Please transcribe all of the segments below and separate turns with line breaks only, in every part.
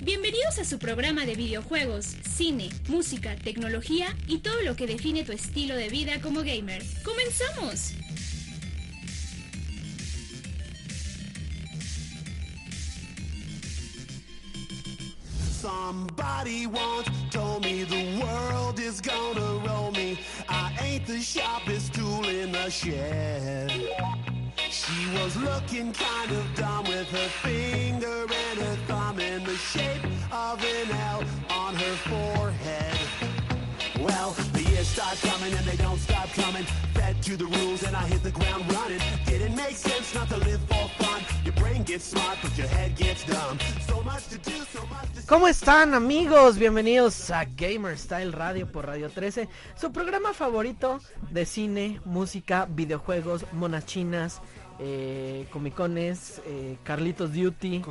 Bienvenidos a su programa de videojuegos, cine, música, tecnología y todo lo que define tu estilo de vida como gamer. ¡Comenzamos!
Somebody once told me the world is gonna roll me. I ain't the sharpest tool in the shed. She was looking kind of dumb with her finger and her thumb in the shape of an L on her forehead. Well, the years start coming and they don't stop coming. Fed to the rules and I hit the ground running. Didn't make sense not to live for fun. Your brain gets smart, but your head gets dumb. So much to do, so much to
¿Cómo están amigos? Bienvenidos a Gamer Style Radio por Radio 13, su programa favorito de cine, música, videojuegos, monas chinas, eh, comicones, eh, Carlitos Duty,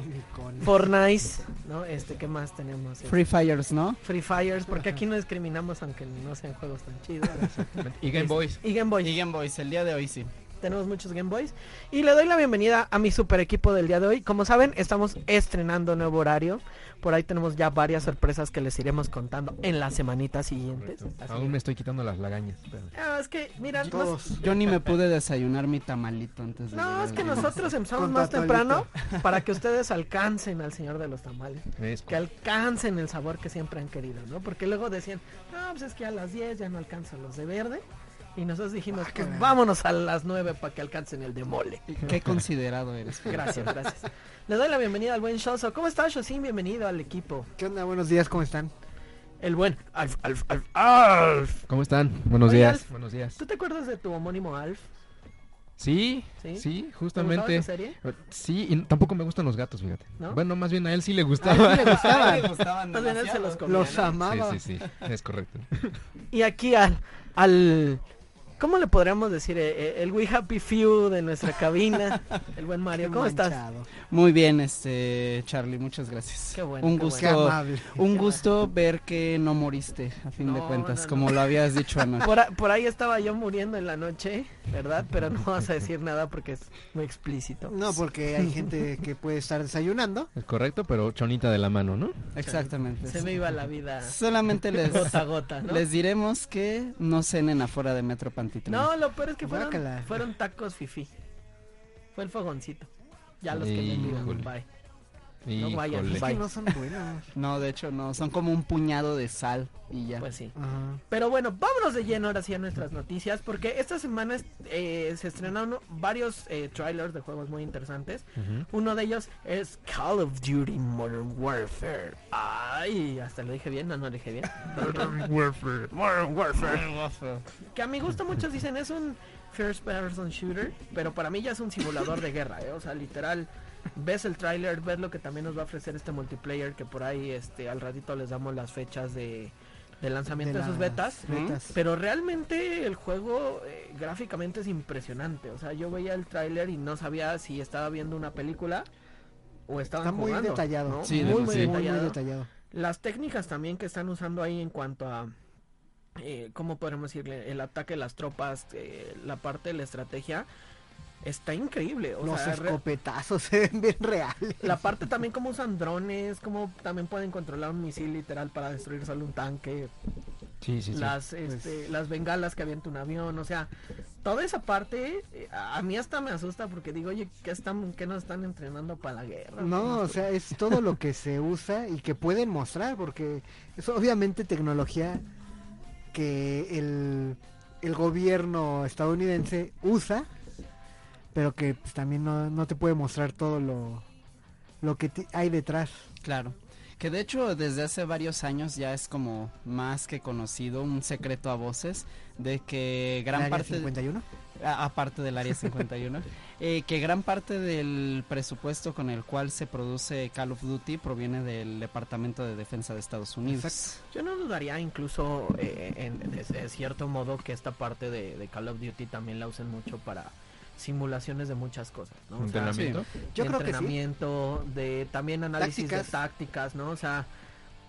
Fortnite, ¿no? Este, ¿qué más tenemos? Eh,
Free Fires, ¿no?
Free Fires, porque aquí no discriminamos aunque no sean juegos tan chidos. Este,
Y Game Boys.
Y Game Boy.
Y Game Boys, el día de hoy sí.
tenemos muchos Game Boys. Y le doy la bienvenida a mi super equipo del día de hoy. Como saben, estamos estrenando nuevo horario. Por ahí tenemos ya varias sorpresas que les iremos contando en las semanitas siguientes. Así
Aún me estoy quitando las lagañas. espérate.
que- Ah, es que, mira, nos-
Yo ni me pude desayunar mi tamalito antes de...
no,
llegar
es que
al-
nosotros empezamos más temprano para que ustedes alcancen al señor de los tamales.
Es-
Que alcancen el sabor que siempre han querido, ¿no? Porque luego decían, no, pues es que a las 10 ya no alcanzo los de verde. Y nosotros dijimos, pues vámonos a las 9 para que alcancen el de mole.
Qué considerado eres.
Gracias, gracias. Le doy la bienvenida al buen Shoso. ¿Cómo estás, Shosin? Bienvenido al equipo.
¿Qué onda? Buenos días, ¿cómo están?
El buen Alf, Alf, Alf, Alf.
¿Cómo están? Buenos
Oye,
días.
Alf,
Buenos días.
¿Tú te acuerdas de tu homónimo Alf?
Sí,
¿Sí?
sí,
¿Te gustaba
justamente.
esa serie?
Sí, y tampoco me gustan los gatos, fíjate.
¿No?
Bueno, más bien a él sí le gustaba.
Me gustaban
Más bien él se los
demasiado.
comía,
Los
¿no?
amaba.
Sí, sí, sí, es correcto.
Y aquí al, al... ¿Cómo le podríamos decir? Eh, eh, el We Happy Few de nuestra cabina. El buen Mario. ¿Cómo estás?
Muy bien, este, Charlie, muchas gracias.
Qué bueno,
Un
qué
gusto,
Qué amable.
un gusto ver que no moriste, a fin de
No,
cuentas,
no, no.
como lo habías dicho anoche.
Por, a- por ahí estaba yo muriendo en la noche, ¿verdad? Pero no vas a decir nada porque es muy explícito.
No, porque hay gente que puede estar desayunando.
Es correcto, pero chonita de la mano, ¿no?
Exactamente.
Se me iba la vida
Solamente les,
gota a gota, ¿no?
les diremos que no cenen afuera de Metro Pantitlán.
No, lo peor es que fueron,
Guácala.
fueron tacos fifi. Fue el fogoncito. Ya los que me
Híjole.
digan, bye. No vayas, pues
Híjole.
Es que no son buenos.
No, de hecho no, son como un puñado de sal y ya.
Pues sí.
Ajá.
Pero bueno, vámonos de lleno ahora sí a nuestras noticias, porque esta semana es- eh, se estrenaron varios eh, trailers de juegos muy interesantes.
Ujú.
Uno de ellos es Call of Duty Modern Warfare. Ay, hasta lo dije bien, no, no lo dije bien. Modern Warfare. Modern Warfare. Que a mi gusto muchos dicen es un first person shooter, pero para mí ya es un simulador de guerra, ¿eh? o sea, literal. Ves el tráiler, ves lo que también nos va a ofrecer este multiplayer, que por ahí este al ratito les damos las fechas de, de lanzamiento de,
De
sus
las
betas.
betas.
Pero realmente el juego eh, gráficamente es impresionante. O sea, yo veía el tráiler y no sabía si estaba viendo una película o estaba
Está muy detallado.
Sí,
muy,
de-
muy
sí.
Muy, muy
detallado.
detallado.
Las técnicas también que están usando ahí en cuanto a, eh, ¿cómo podemos decirle? El ataque de las tropas, eh, la parte de la estrategia, está increíble. O
Los
sea, re-
escopetazos se ven bien reales.
la parte también como usan drones, como también pueden controlar un misil literal para destruir solo un tanque,
Sí, sí, Pues sí.
las este, las bengalas que avienta un avión, o sea, toda esa parte eh, a a mí hasta me asusta porque digo, oye, ¿qué, están, qué nos están entrenando para la guerra?
No, o sea, es todo lo que se usa y que pueden mostrar, porque es obviamente tecnología que el, el gobierno estadounidense usa, pero que pues, también no, no te puede mostrar todo lo, lo que ti- hay detrás.
Claro. Que de hecho desde hace varios años ya es como más que conocido, un secreto a voces, de que gran
¿El área
parte...
51?
a- aparte del Área 51, eh, que gran parte del presupuesto con el cual se produce Call of Duty proviene del Departamento de Defensa de Estados Unidos.
Yo no dudaría incluso eh, en, de, de cierto modo que esta parte de, de Call of Duty también la usen mucho para simulaciones de muchas cosas, ¿no? O sea,
¿Entrenamiento?
Yo
de
creo que sí.
entrenamiento, de también análisis
Tácticas.
de tácticas, ¿no? O sea,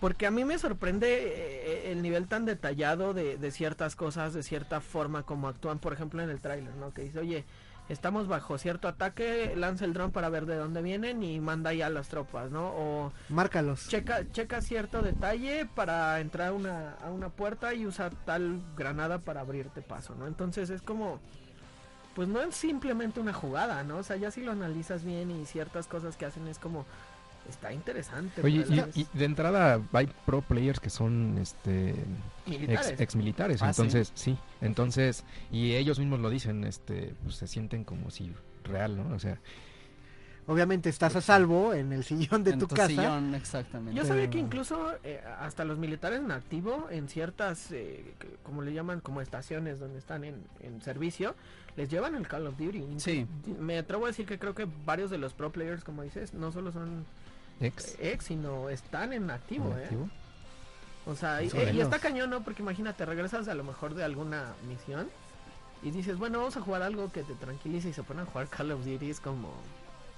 porque a mí me sorprende eh, el nivel tan detallado de, de ciertas cosas, de cierta forma como actúan, por ejemplo, en el tráiler, ¿no? Que dice, oye, estamos bajo cierto ataque, lanza el dron para ver de dónde vienen y manda ya a las tropas, ¿no? O
Márcalos.
checa, checa cierto detalle para entrar a una, a una puerta y usa tal granada para abrirte paso, ¿no? Entonces es como, pues no es simplemente una jugada, ¿no? O sea, ya si lo analizas bien y ciertas cosas que hacen es como, está interesante. pues,
Oye,
pero a la vez
y, y de entrada hay pro players que son este
militares.
ex, militares,
Ah, sí.
entonces sí. entonces y ellos mismos lo dicen, este, pues se sienten como si real, ¿no? O sea,
Obviamente estás a salvo en el sillón de
En
tu
tu
casa.
sillón, exactamente.
Yo sabía que incluso eh, hasta los militares en activo, en ciertas, eh, que- como le llaman, como estaciones donde están en, en servicio, les llevan el Call of Duty.
Sí.
Me atrevo a decir que creo que varios de los pro players, como dices, no solo son
ex.
ex, sino están en Eh, activo,
¿no?
¿eh?
activo.
O sea, y, eh,
Más o
y
menos.
está cañón, ¿no? Porque imagínate, regresas a lo mejor de alguna misión y dices, bueno, vamos a jugar algo que te tranquilice y se ponen a jugar Call of Duty, es como...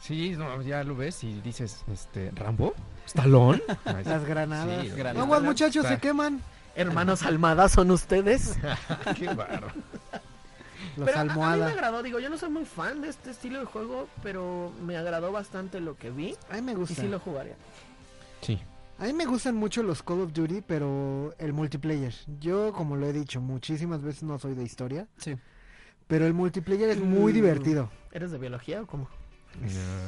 Sí, no, ya lo ves y dices, este, Rambo, Stallone, Ay, sí.
Las granadas.
Sí,
granadas.
Aguas muchachos, se
Está-
queman.
Hermanos Almada, ¿son ustedes?
Qué bárbaro.
Los
Pero a- A, mí me
almohadas.
agradó, digo, yo no soy muy fan de este estilo de juego, pero me agradó bastante lo que vi
A mí me
y
gusta.
sí lo jugaría.
Sí.
A mí me gustan mucho los Call of Duty, pero el multiplayer. Yo, como lo he dicho muchísimas veces, no soy de historia.
Sí.
Pero el multiplayer es muy
Mm.
divertido.
¿Eres de biología o cómo?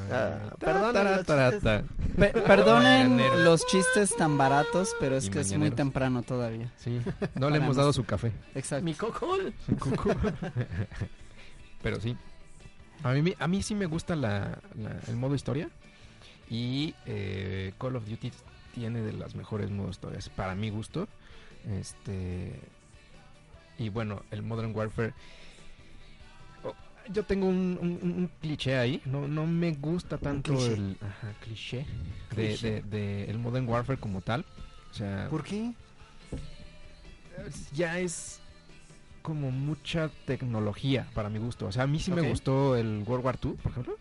Ah,
perdón,
tarara,
los
tarara,
chistes.
tarara.
Pe- perdonen
Mañanero.
los chistes tan baratos, pero es
Y
que es muy
mañaneros.
temprano todavía.
Sí, no le hemos
Para
dado
nos-
su café.
Exacto.
Mi cocol.
Cucú. Pero sí. A mí, me- a mí sí me gusta la, la- el modo historia. Y eh, Call of Duty tiene de las mejores modos historias. Para mi gusto. Este. Y bueno, el Modern Warfare. Oh, Yo tengo un, un- un- un cliché ahí, no, no me gusta tanto
cliché.
el ajá, cliché, de-
Cliché.
De, de el Modern Warfare como tal. O sea,
¿Por qué?
ya es como mucha tecnología para mi gusto. O sea, a mí sí
Ok.
me gustó el World War II, por ejemplo.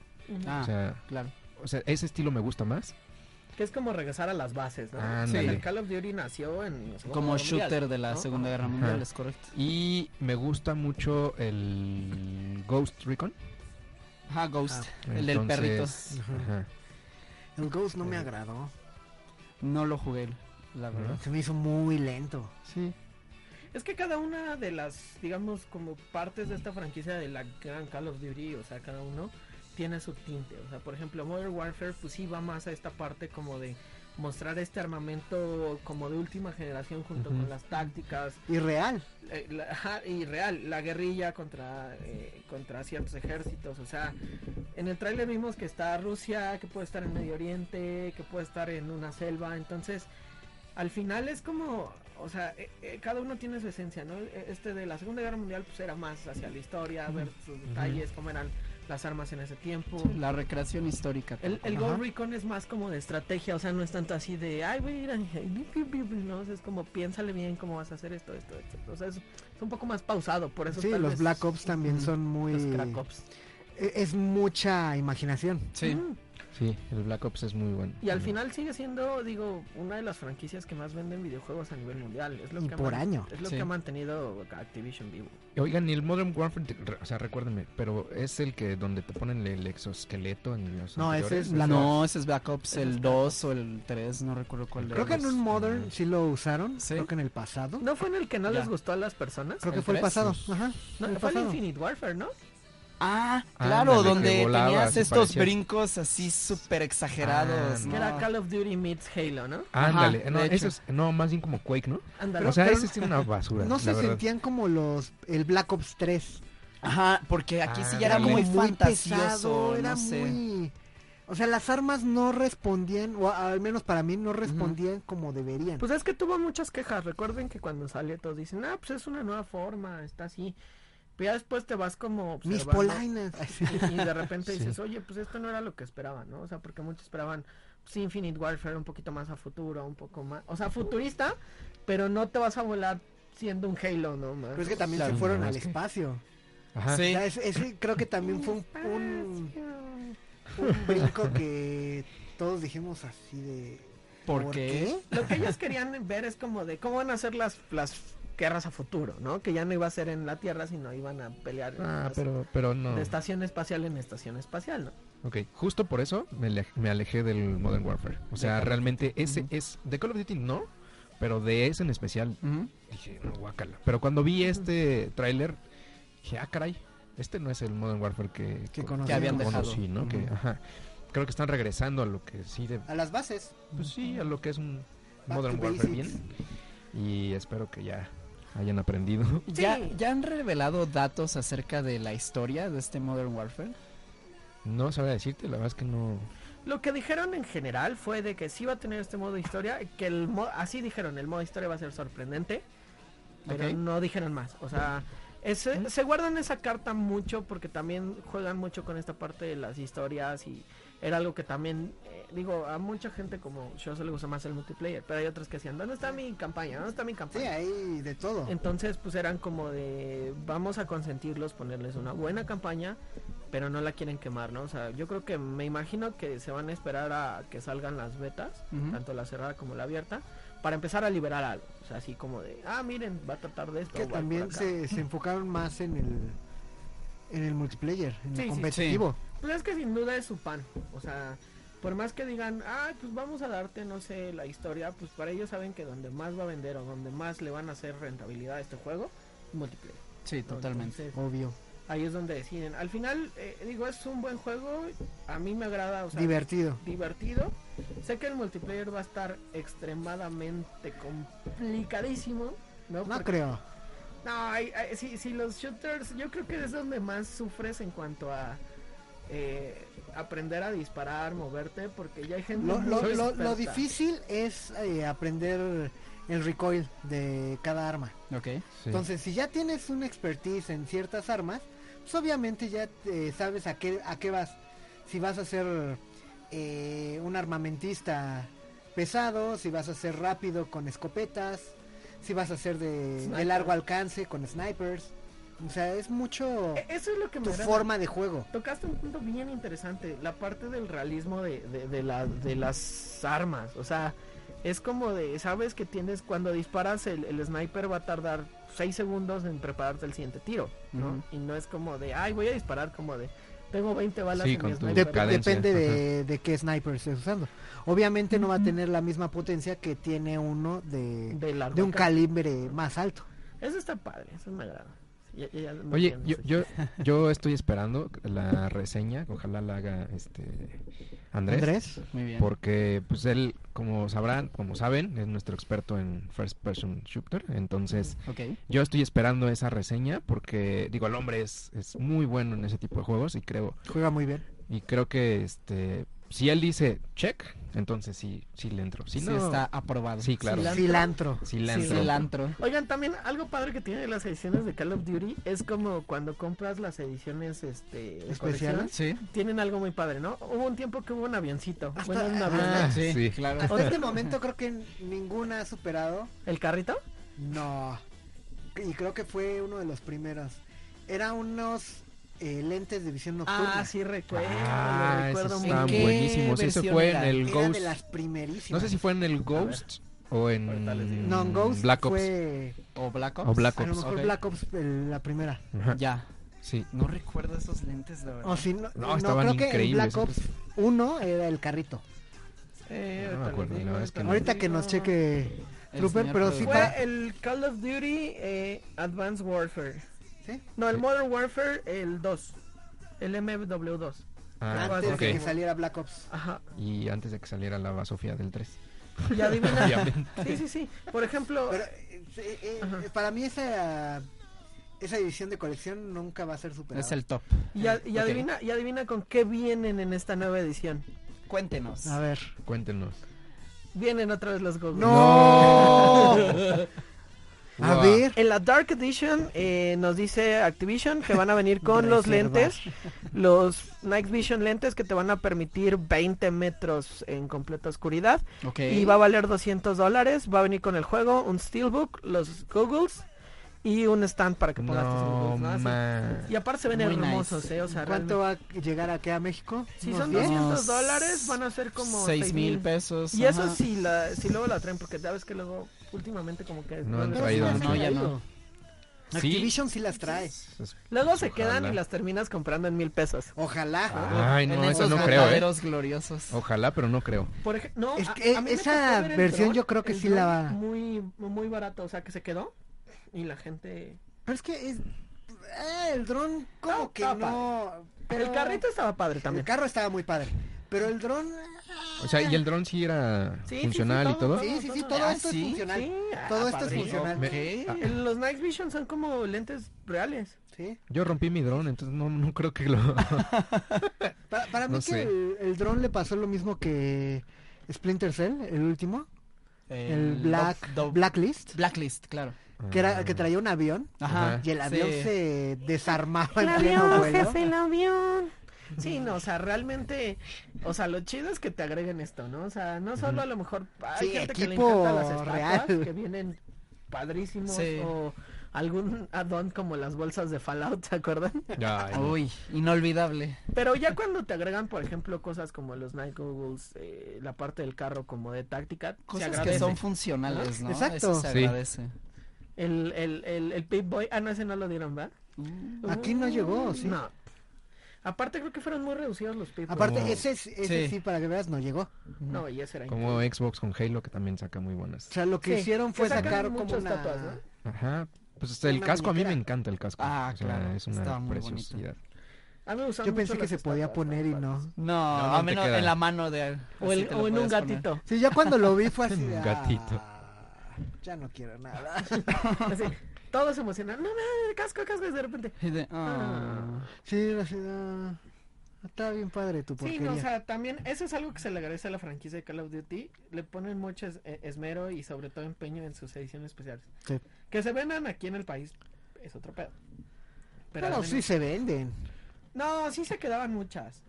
Ah,
O, sea,
claro.
o sea, ese estilo me gusta más.
Que es como regresar a las bases, ¿no?
Ándale.
El Call of Duty nació en... la Segunda
Como
Guerra Mundial,
shooter de la
¿no?
Segunda Guerra
Ajá.
Mundial, es correcto.
Y me gusta mucho el Ghost Recon.
Ajá, Ah, Ghost,
Ah.
el del perrito.
Entonces, ajá.
El Ghost no me agradó.
No lo jugué, la verdad.
Se me hizo muy lento.
Sí.
Es que cada una de las, digamos, como partes de esta franquicia de la gran Call of Duty, o sea, cada uno tiene su tinte. O sea, por ejemplo, Modern Warfare, pues sí va más a esta parte como de mostrar este armamento como de última generación junto
Ujú.
con las tácticas
Y real.
eh, la- ajá, y real, la guerrilla contra, eh, contra ciertos ejércitos. O sea, en el tráiler vimos que está Rusia, que puede estar en Medio Oriente, que puede estar en una selva. Entonces, al final es como, o sea, eh, eh, cada uno tiene su esencia, ¿no? E- Este de la Segunda Guerra Mundial pues era más hacia la historia, ver sus detalles, cómo eran las armas en ese tiempo.
Sí, La recreación histórica.
El, el
Ajá.
Ghost Recon es más como de estrategia, o sea, no es tanto así de, ay, voy a ir a... No, o sea, es como, piénsale bien cómo vas a hacer esto, esto, esto. O sea, es, es un poco más pausado, por eso
Sí,
tal
los
vez
Black Ops también
Ujú.
son muy...
los Black Ops.
e- Es mucha imaginación.
Sí.
Mm.
Sí, el Black Ops es muy bueno.
Y al
Ajá.
final sigue siendo, digo, una de las franquicias que más venden videojuegos a nivel mundial. Es lo
Y
que ha
por
man-
año.
Es lo
Sí.
que ha mantenido Activision vivo.
Oigan, y el Modern Warfare, te- re- o sea, recuérdenme, pero es el que donde te ponen el exoesqueleto en los
No, ese
anteriores?
es Black
No, ese es Black Ops,
Ese es
el
Black
2 o el 3, no recuerdo cuál de
Creo que en
los-
un Modern sí lo usaron.
Sí.
Creo que en el pasado.
¿No fue en el que no
Ya.
les gustó a las personas?
Creo que
¿El
fue el
tres?
pasado. Ajá.
No,
el
fue en
pasado.
Infinite Warfare, ¿no?
Ah,
Ah,
claro,
ándale, que
donde
volaba,
tenías
que
estos
parecía-
brincos así súper exagerados.
Ah,
¿no?
Que era Call of Duty meets Halo, ¿no?
Ándale,
Ajá,
no,
de hecho.
eso es- no, más bien como Quake, ¿no?
Ándale.
o sea,
pero-
ese es una basura.
No
la
se
verdad.
sentían como los... El Black Ops 3.
Ajá, porque aquí sí ya era
Ah,
como muy
ándale.
fantasioso,
pesado, era
no sé.
muy... O sea, las armas no respondían, o al menos para mí no respondían como deberían.
Pues es que tuvo muchas quejas. Recuerden que cuando salió todos dicen, ah, pues es una nueva forma, está así. Pero Pero ya después te vas como
Mis
observando
polainas.
y de repente
Sí.
dices, oye, pues esto no era lo que esperaban, ¿no? O sea, porque muchos esperaban pues, Infinite Warfare un poquito más a futuro, un poco más, o sea, futurista, pero no te vas a volar siendo un Halo, ¿no? Más.
Pues
Pero es que también se
Claro,
fueron
no,
al
es que-
espacio.
Ajá.
Sí.
O sea, es- ese creo que también fue un, un, un brinco que todos dijimos así de...
¿Por qué?
Lo que ellos querían ver es como de cómo van a ser las, las guerras a futuro, ¿no? Que ya no iba a ser en la Tierra, sino iban a pelear en
Ah,
las-
pero, pero no.
de estación espacial en estación espacial, ¿no?
Ok, justo por eso me, ale- me alejé del Modern Warfare. O sea,
Call of
realmente
Duty.
ese
Ujú.
es... De Call of Duty no, pero de ese en especial
Ujú.
dije, no, guácala. Pero cuando vi este tráiler, dije, ah, caray, este no es el Modern Warfare que,
Que
co-
conocí.
que
habían dejado.
conocí, ¿no? Que,
Ujú.
ajá. Creo que están regresando a lo que sí, de,
A las bases.
pues sí, a lo que es un
Back
Modern
to
Warfare
basics.
bien. Y espero que ya hayan aprendido.
¿Ya, ¿Ya han revelado datos acerca de la historia de este Modern Warfare?
No sabría decirte, la verdad es que no.
Lo que dijeron en general fue de que sí va a tener este modo historia, que el mo- así dijeron, el modo historia va a ser sorprendente, pero
Ok.
no dijeron más. O sea, ese- se guardan esa carta mucho porque también juegan mucho con esta parte de las historias y era algo que también, eh, digo, a mucha gente como yo se le gusta más el multiplayer, pero hay otros que decían, ¿dónde está mi campaña? ¿Dónde está mi
Sí,
campaña?
ahí de todo.
Entonces, pues eran como de, vamos a consentirlos, ponerles una buena campaña, pero no la quieren quemar, ¿no? O sea, yo creo que me imagino que se van a esperar a que salgan las betas,
Ujú.
tanto la cerrada como la abierta, para empezar a liberar algo. O sea, así como de, ah, miren, va a tratar de esto.
que
va por
también
acá".
se, se enfocaron más en el en el multiplayer, en
Sí, sí,
el
sí.
competitivo.
Pues es que sin duda es su pan. O sea, por más que digan, ah, pues vamos a darte, no sé, la historia, pues para ellos saben que donde más va a vender o donde más le van a hacer rentabilidad a este juego, multiplayer.
Sí,
¿no?
totalmente.
Entonces,
Obvio.
Ahí es donde deciden. Al final, eh, digo, es un buen juego. A mí me agrada, o sea,
Divertido.
divertido. Sé que el multiplayer va a estar extremadamente complicadísimo. No,
No
Porque-
creo.
no, hay- hay- si, si los shooters, yo creo que es donde más sufres en cuanto a eh, aprender a disparar, moverte, porque ya hay gente.
Lo,
muy
lo- lo- lo
experta.
difícil es eh, aprender el recoil de cada arma.
Ok.
Sí.
Entonces, si ya tienes un expertise en ciertas armas, pues obviamente ya eh, sabes a qué, a qué vas. Si vas a ser eh, un armamentista pesado, si vas a ser rápido con escopetas, si vas a ser de, de
Sniper.
largo alcance con snipers. O sea, es mucho
E- Eso es lo que me
tu
agrada.
forma de juego.
Tocaste un punto bien interesante, la parte del realismo de, de, de la- de las armas. O sea, es como de, sabes que tienes, cuando disparas el, el sniper va a tardar 6 segundos en prepararte el siguiente tiro, ¿no?
Ujú.
Y no es como de, ay, voy a disparar como de, tengo 20 balas
Sí,
en mi
con tu
Dep-
sniper.
cadencia,
depende de, de qué sniper estés usando. Obviamente no va a tener la misma potencia que tiene uno de,
de largo
de un
alcance.
calibre más alto.
Eso está padre, eso me agrada. Ya- ya- ya me
Oye,
entiendes,
yo,
sí.
yo, yo estoy esperando la reseña, ojalá la haga este Andrés,
Andrés.
Muy bien.
porque pues él, como sabrán, como saben, es nuestro experto en first person shooter, entonces
Ok.
yo estoy esperando esa reseña porque digo, el hombre es, es muy bueno en ese tipo de juegos y creo
Juega muy bien.
y creo que este si él dice check, entonces sí sí le entro. Si
sí,
no
está aprobado.
Sí, claro.
Cilantro.
Cilantro.
sí le entro.
Cilantro.
Oigan, también algo padre que tiene las ediciones de Call of Duty es como cuando compras las ediciones este, de colección,
¿Especiales?
Sí.
tienen algo muy padre, ¿no? Hubo un tiempo que hubo un avioncito.
Hasta-
Bueno, un avión,
Ah,
¿no?
sí,
Sí.
claro.
Hasta este momento creo que ninguna ha superado.
¿El carrito?
No. Y creo que fue uno de los primeros. Era unos eh, lentes de visión nocturna.
Ah, sí, recuerdo.
Ah,
lo recuerdo
esos
muy
estaban
¿En qué
bien.
buenísimos. Eso
versión
fue
era?
en el
Era
Ghost.
de las primerísimas.
No sé si fue en el Ghost o en
Ahorita les digo.
No, en Ghost
Black Ops.
fue...
O Black Ops.
O Black
A lo
Ops,
mejor
ok.
Black Ops el- la primera.
Ajá,
Ya.
Sí.
No recuerdo esos lentes, la verdad.
O si no,
No,
no,
estaban
creo que en
increíbles,
Black Ops 1 era el carrito.
Eh,
No
ahorita
me
les
acuerdo, la
digo,
verdad es que no.
Ahorita que nos cheque
El
Trooper,
señor
pero
Trooper.
sí
Fue
para...
el Call of Duty eh, Advanced Warfare.
¿Sí?
No, el
Sí.
Modern Warfare, el 2. El MW2.
Ah,
Black
Antes
Ops.
ok.
de que saliera Black Ops.
Ajá.
Y antes de que saliera la Sofía del 3.
Y adivina.
Obviamente.
sí, sí, sí. Por ejemplo,
Pero eh, eh, eh,
Ajá.
para mí esa esa edición de colección nunca va a ser superada.
Es el top.
y, a- y
Ok.
adivina, y adivina con qué vienen en esta nueva edición.
Cuéntenos.
A ver.
Cuéntenos.
Vienen otra vez los Goggles.
No. A
Wow.
ver.
En la Dark Edition eh, nos dice Activision que van a venir con los
Reservar.
lentes, los Night Vision lentes que te van a permitir 20 metros en completa oscuridad
Ok.
y va a valer 200 dólares. Va a venir con el juego, un Steelbook, los Googles y un stand para que pongas tus
No,
Googles. ¿no? Así.
ma.
Y aparte se ven
Muy
hermosos,
nice.
¿eh? O sea,
¿Cuánto
realmente-
va a llegar aquí a México?
Si
¿Unos
son
10?
200
Unos
dólares van a ser como
6
6,000.
mil pesos.
Y eso
ajá.
si, la, si luego la traen, porque sabes que luego últimamente como que...
No han
luego-
Pero sí
traído,
las
no,
han
ya no.
traído.
Sí.
Activision sí las trae.
Luego se quedan
Ojalá.
y las terminas comprando en mil pesos.
Ojalá.
Ay, no,
en
eso
esos
no creo, ¿eh?
verdaderos gloriosos.
Ojalá, pero no creo.
Por ejemplo, no,
Es
a-
que
a mí me
esa
tocó ver el
versión
dron,
yo creo que
el
sí la
dron
va-
Muy, muy barato, o sea, que se quedó y la gente...
Pero es que es... ah, el dron como
Ah,
que
está
no... Pero...
El carrito estaba padre
El
también.
carro estaba muy padre. Pero el dron... ah,
O sea, y el dron sí era
Sí, sí, sí,
funcional y
todo,
todo.
todo.
Sí, sí, sí,
Ah,
todo esto
sí,
es funcional.
Sí, ah,
Todo esto es
padre.
funcional.
Me- ah,
Ok.
Eh, Los Night Vision son como lentes reales.
Sí.
Yo rompí mi dron, entonces no, no creo que lo...
Para, para mí
No
que
sé.
el, el dron le pasó lo mismo que Splinter Cell, el último, el, Black
do-
Blacklist,
Blacklist, claro.
que era que traía un avión
Ajá.
Ajá.
y el avión
Sí.
se desarmaba en pleno vuelo.
Sí, no, o sea, realmente, o sea, lo chido es que te agreguen esto, ¿no? O sea, no solo a lo mejor hay
Sí,
gente que le
equipo
encantan las estatuas
real.
que vienen padrísimos
Sí.
o algún add-on como las bolsas de Fallout, ¿se acuerdan?
Ay, no.
Uy, inolvidable.
Pero ya cuando te agregan, por ejemplo, cosas como los Night Googles, eh, la parte del carro como de táctica, se
Cosas que
agradece.
son funcionales, ¿no?
Exacto.
Eso se
Sí.
agradece.
El, el, el, el Pip Boy, ah, no, ese no lo dieron, ¿va?
Uh, Aquí no llegó, sí.
No. Aparte creo que fueron muy reducidos los Pip Boy.
Aparte,
Como-
ese, es- ese sí.
Sí.
para que veas, no llegó.
No, y ese era
Como Xbox con Halo, que también saca muy buenas.
O sea, lo que
Sí,
hicieron fue
que sacan
sacar como
muchas
una...
estatuas, ¿no?
Ajá. Pues hasta el
Una
casco, a mí
muñequera.
me encanta el casco.
Ah,
O sea,
claro,
Es una
está muy bonito.
preciosidad.
A mí me gustaban
Yo
mucho
pensé que
las
se podía
estatuas,
poner y
las
no.
partes.
No,
No, no
a
te
menos
queda.
en la mano de...
O,
así
el-
te lo
o en un
puedes poner.
gatito.
Sí, ya cuando lo vi fue así de...
Un gatito.
"Ah, Ya no quiero nada.
Así, todos emocionados. No, no, casco, casco, y de repente.
Y de-
Ah.
Sí, era así de, "Ah, Está bien padre tu
Sí,
porquería.
no, o sea, también eso es algo que se le agradece a la franquicia de Call of Duty. Le ponen mucho es- eh, esmero y sobre todo empeño en sus ediciones especiales.
Sí.
Que se vendan aquí en el país es otro pedo. Pero,
Pero
al
sí
menos-
se venden.
No, sí se quedaban muchas.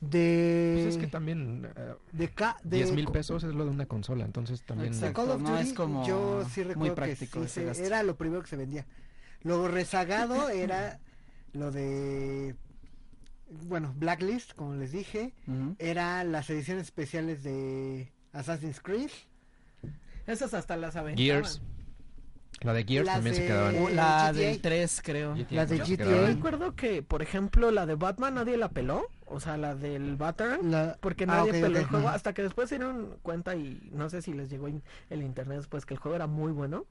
De...
Pues es que también... eh,
de ca- Mm. de
10 mil pesos es lo de una consola, entonces también...
De
Exacto.
Call of
no es
Duty,
como
yo sí
muy
recuerdo
práctico
que
ese
sí se-
gasto.
era lo primero que se vendía. Lo rezagado era lo de bueno, Blacklist, como les dije,
Ujú.
era las ediciones especiales de Assassin's Creed,
Esas hasta las aventaban.
Gears. La de Gears
Las
también se
de-
quedaban.
O la
GTA.
del 3, creo.
las de
se
GTA.
Yo
quedaban.
recuerdo que, por ejemplo, la de Batman nadie la peló. O sea, la del Batarang.
la-
Porque
Ah,
nadie
ok,
peló el
ok,
juego
ajá.
hasta que después se dieron cuenta y no sé si les llegó in- el internet después que el juego era muy bueno.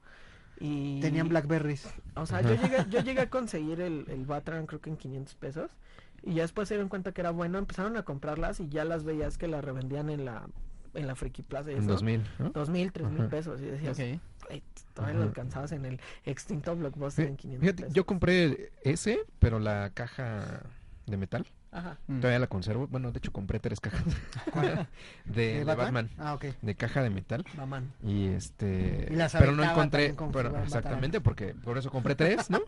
Y
Tenían Blackberries.
O sea, yo llegué, yo llegué a conseguir el, el Batarang creo que en 500 pesos. Y ya después se dieron cuenta que era bueno, empezaron a comprarlas y ya las veías que las revendían en la en la Friki Plaza. y
En
eso.
2000, ¿no?
2000, 3000
Ajá.
pesos. Y decías,
Ok.
"Güey, todavía lo
Ajá.
alcanzabas en el extinto Blockbuster en 500
Fíjate,
pesos".
yo compré ese, pero la caja de metal,
Ajá.
Mm.
todavía la conservo. Bueno, de hecho compré tres cajas de, de Batman,
Ah, ok.
de caja de metal.
Mamán.
Y este,
Y las
pero no
aventaba
encontré,
también como si
pero
fueran
exactamente, porque por eso compré tres, ¿no?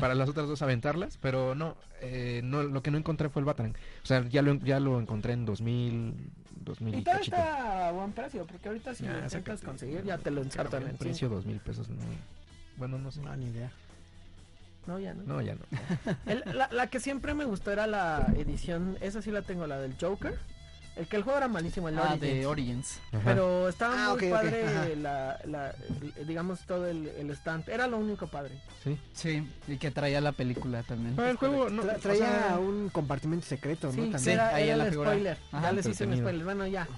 Para las otras dos aventarlas, pero no, eh, no, lo que no encontré fue el Batman. O sea, ya lo, ya lo encontré en 2000, 2000
Y
y
todo
cachito.
está a buen precio, porque ahorita si
Ya,
lo intentas
sácate.
conseguir ya te lo
Claro,
ensartan
el
en
precio dos mil pesos, no. Bueno, no sé.
No, ni idea.
cinco. No, ya no.
No, ya no.
El- la, la que siempre me gustó era la edición, esa sí la tengo, la del Joker. El que el juego era malísimo, el
Ah,
Origins,
de Origins.
Ajá.
Pero estaba
Ah,
muy
ok, ok,
padre
ajá.
la, la- el- digamos, todo el, el stand. Era lo único padre.
sí.
Sí, y que traía la película también.
Pero el juego no,
Tra-
o
traía
sea,
un compartimento secreto, ¿no?
Sí,
También.
sí.
era,
ahí
era
en la
el
figura.
spoiler.
Ajá.
ya les hice un
Entretenido.
spoiler. Bueno, ya.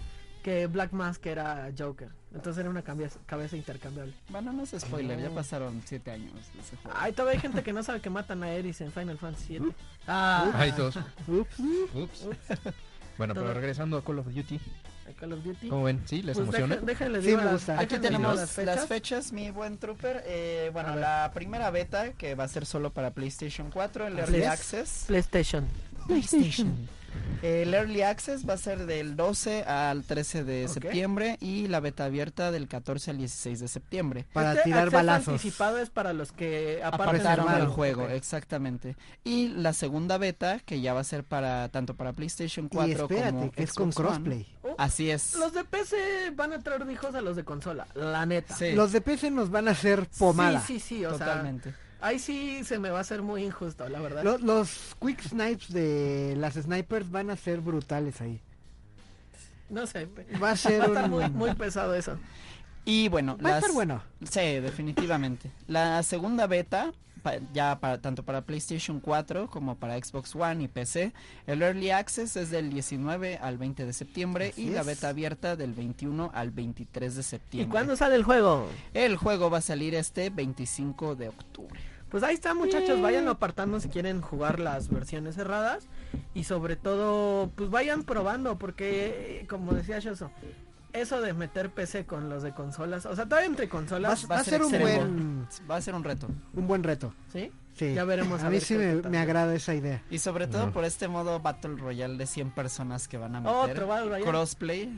Que Black Mask era Joker. Entonces era una cambia- cabeza intercambiable.
Bueno, no es spoiler, ya pasaron 7 años de ese juego.
Ay, todavía hay gente que no sabe que matan a Eris en Final Fantasy VII.
Ah,
Ay, todos.
Ups.
Ups. Bueno, pero
Todo.
regresando a Call of Duty,
en Call of Duty.
¿cómo ven? ¿Sí? ¿Les
Pues
emociona?
deje- déjenle
Sí,
digo
me
las-
gusta.
Aquí
déjenle digo
tenemos
las fechas.
mi buen trooper. Eh,
A
bueno,
ver.
la primera beta que va a ser solo para PlayStation 4, el
Así
Early
es.
Access.
PlayStation.
PlayStation. El Early Access va a ser del 12 al 13 de
Ok.
septiembre y la beta abierta del 14 al 16 de septiembre.
Para
Este
tirar
acceso
balazos.
anticipado es para los que aparten el
Apartaron el
juego.
juego, eh. exactamente. Y la segunda beta, que ya va a ser para tanto para PlayStation 4
Y espérate,
como
que es
Xbox
con
One.
crossplay.
Oh,
Así es.
Los de PC van a traer hijos a los de consola, la neta.
Sí,
Los de PC nos van a hacer pomada.
Sí, sí, sí, o
totalmente.
sea, ahí sí se me va a hacer muy injusto, la verdad.
Lo- Los quick snipes de las snipers van a ser brutales ahí.
No sé, pe-
Va a
va a
ser
estar
un-
muy, muy pesado eso.
Y bueno,
Va a
las-
estar bueno.
Sí, definitivamente. La segunda beta, pa- ya para tanto para PlayStation 4 como para Xbox One y PC, el Early Access es del 19 al 20 de septiembre
Así
y la
es.
beta abierta del 21 al 23 de
¿Y
septiembre.
cuándo sale el juego?
El juego va a salir este 25 de octubre.
Pues ahí está, muchachos, vayan apartando si quieren jugar las versiones cerradas y sobre todo, pues vayan probando porque eh, como decía Shoso, eso de meter PC con los de consolas, o sea, todavía entre
Va,
consolas,
va a ser un
extremo.
buen,
Va a ser un reto.
un buen reto.
¿sí?
Sí.
Ya veremos,
A,
a
mí
ver
sí
qué
me,
tal.
me agrada esa idea.
Y sobre todo
Ajá.
por este modo Battle Royale de 100 personas que van a meter.
Otro Battle Royale.
Crossplay.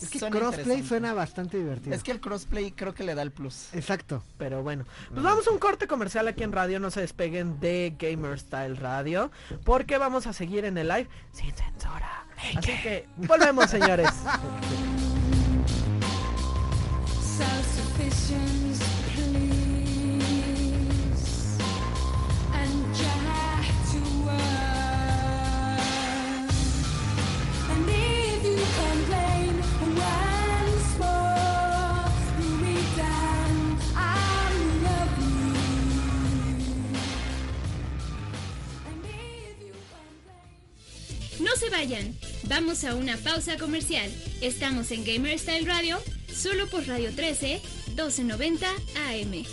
Es que
Suena
crossplay
interesante.
suena bastante divertido.
Es que el crossplay creo que le da el plus.
Exacto.
Pero bueno, pues vamos a un corte comercial aquí en radio, no se despeguen de Gamer Style Radio, porque vamos a seguir en el live sin censura. Así que volvemos, señores.
Self-sufficiency, please, and Jack to work. And if you complain once more, you'll be done. I love you. And if you complain.
No se vayan, vamos a una pausa comercial. Estamos en Gamer Style Radio, solo por Radio 13, 1290 AM.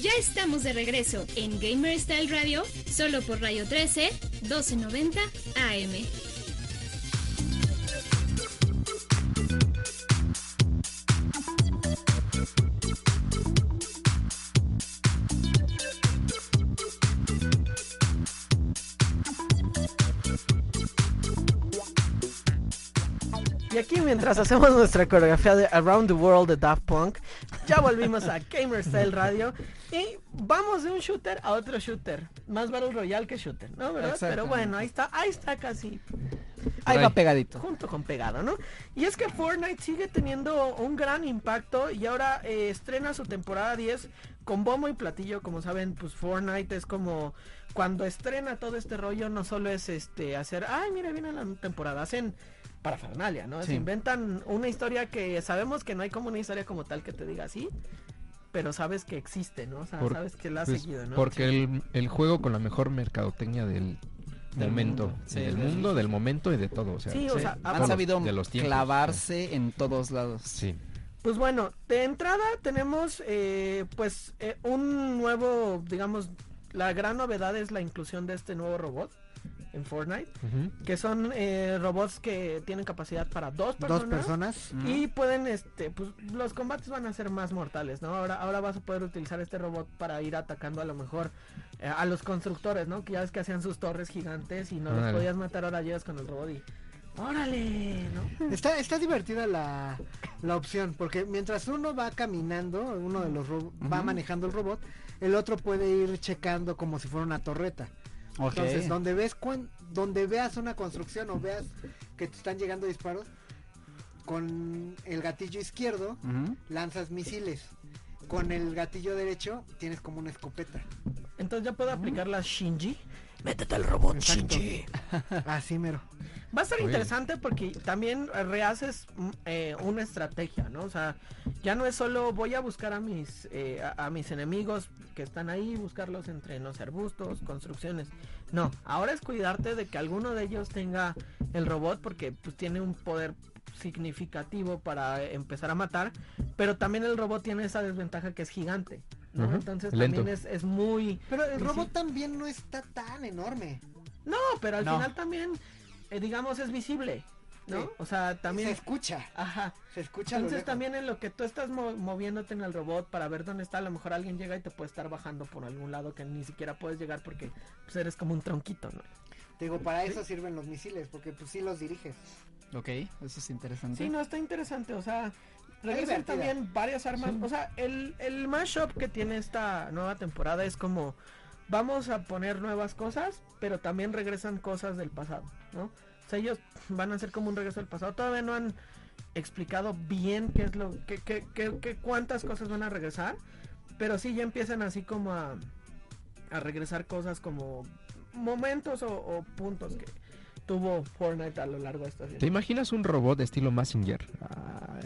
Ya estamos de regreso en Gamer Style Radio, solo por Radio 13, 1290 AM.
Y aquí mientras hacemos nuestra coreografía de Around the World de Daft Punk, ya volvimos a Gamer Style Radio y vamos de un shooter a otro shooter. Más Battle Royale que shooter, ¿no? ¿Verdad? Pero bueno, ahí está, ahí está casi
Ahí
Ay.
va pegadito.
junto con pegado, ¿no? Y es que Fortnite sigue teniendo un gran impacto y ahora eh, estrena su temporada 10 con bombo y platillo, como saben, pues Fortnite es como cuando estrena todo este rollo no solo es este hacer, ay, mira, viene la temporada, hacen parafernalia, ¿no? Se
Sí.
inventan una historia que sabemos que no hay como una historia como tal que te diga así, pero sabes que existe, ¿no? O sea,
Por-
sabes que la has
Pues,
seguido, ¿no?
Porque el, el juego con la mejor mercadotecnia del,
Del
del momento,
mundo, sí,
del
del-
mundo, del momento y de todo. O sea,
Sí, o
Sí,
sea,
han
de
ahora-
sabido
los- de los tiempos,
clavarse en todos lados.
sí.
Pues bueno, de entrada tenemos eh, pues eh, un nuevo, digamos, la gran novedad es la inclusión de este nuevo robot en Fortnite,
Ujú.
que son eh, robots que tienen capacidad para dos personas.
Dos personas.
Y pueden, este, pues los combates van a ser más mortales, ¿no? Ahora, ahora vas a poder utilizar este robot para ir atacando a lo mejor eh, a los constructores, ¿no? Que ya ves que hacían sus torres gigantes y no los
Órale.
podías matar, ahora llegas con el robot y... ¡Órale! ¿no?
Está, está divertida la, la opción, porque mientras uno va caminando, uno de los ro- va manejando el robot, el otro puede ir checando como si fuera una torreta.
Ok.
Entonces, donde ves cuan- donde veas una construcción o veas que te están llegando disparos, con el gatillo izquierdo
Ujú.
lanzas misiles. Con el gatillo derecho tienes como una escopeta.
Entonces ya puedo aplicar la Shinji. Ah. Métete al robot,
Exacto.
Shinji.
Así mero.
Va a ser
Oye.
interesante porque también eh, rehaces mm, eh, una estrategia, ¿no? O sea, ya no es solo voy a buscar a mis eh, a, a mis enemigos que están ahí, buscarlos entre los arbustos, construcciones. No, ahora es cuidarte de que alguno de ellos tenga el robot porque pues tiene un poder significativo para eh, empezar a matar, pero también el robot tiene esa desventaja que es gigante, ¿no?
Ujú,
Entonces
lento.
también es, es muy
Pero el
Sí,
robot
sí.
también no está tan enorme.
No, pero al
No.
final también, eh, digamos, es visible. ¿no?
Sí.
O sea,
También se
también...
escucha.
Ajá.
Se escucha. a lo
Entonces
lejos.
también en lo que tú estás mo- moviéndote en el robot para ver dónde está, a lo mejor alguien llega y te puede estar bajando por algún lado que ni siquiera puedes llegar porque pues, eres como un tronquito, ¿no?
Te digo, para eso sirven los misiles, porque pues sí los diriges.
Ok, eso es interesante.
Sí, no, está interesante, o sea, regresan
divertida.
también varias armas, o sea, el, el mashup que tiene esta nueva temporada es como, vamos a poner nuevas cosas, pero también regresan cosas del pasado, ¿no? O sea, ellos van a hacer como un regreso al pasado, todavía no han explicado bien qué es lo, qué, qué, qué- qué- cuántas cosas van a regresar, pero sí ya empiezan así como a, a regresar cosas como momentos o, o puntos que tuvo Fortnite a lo largo de esta serie.
¿Te imaginas un robot estilo Massinger?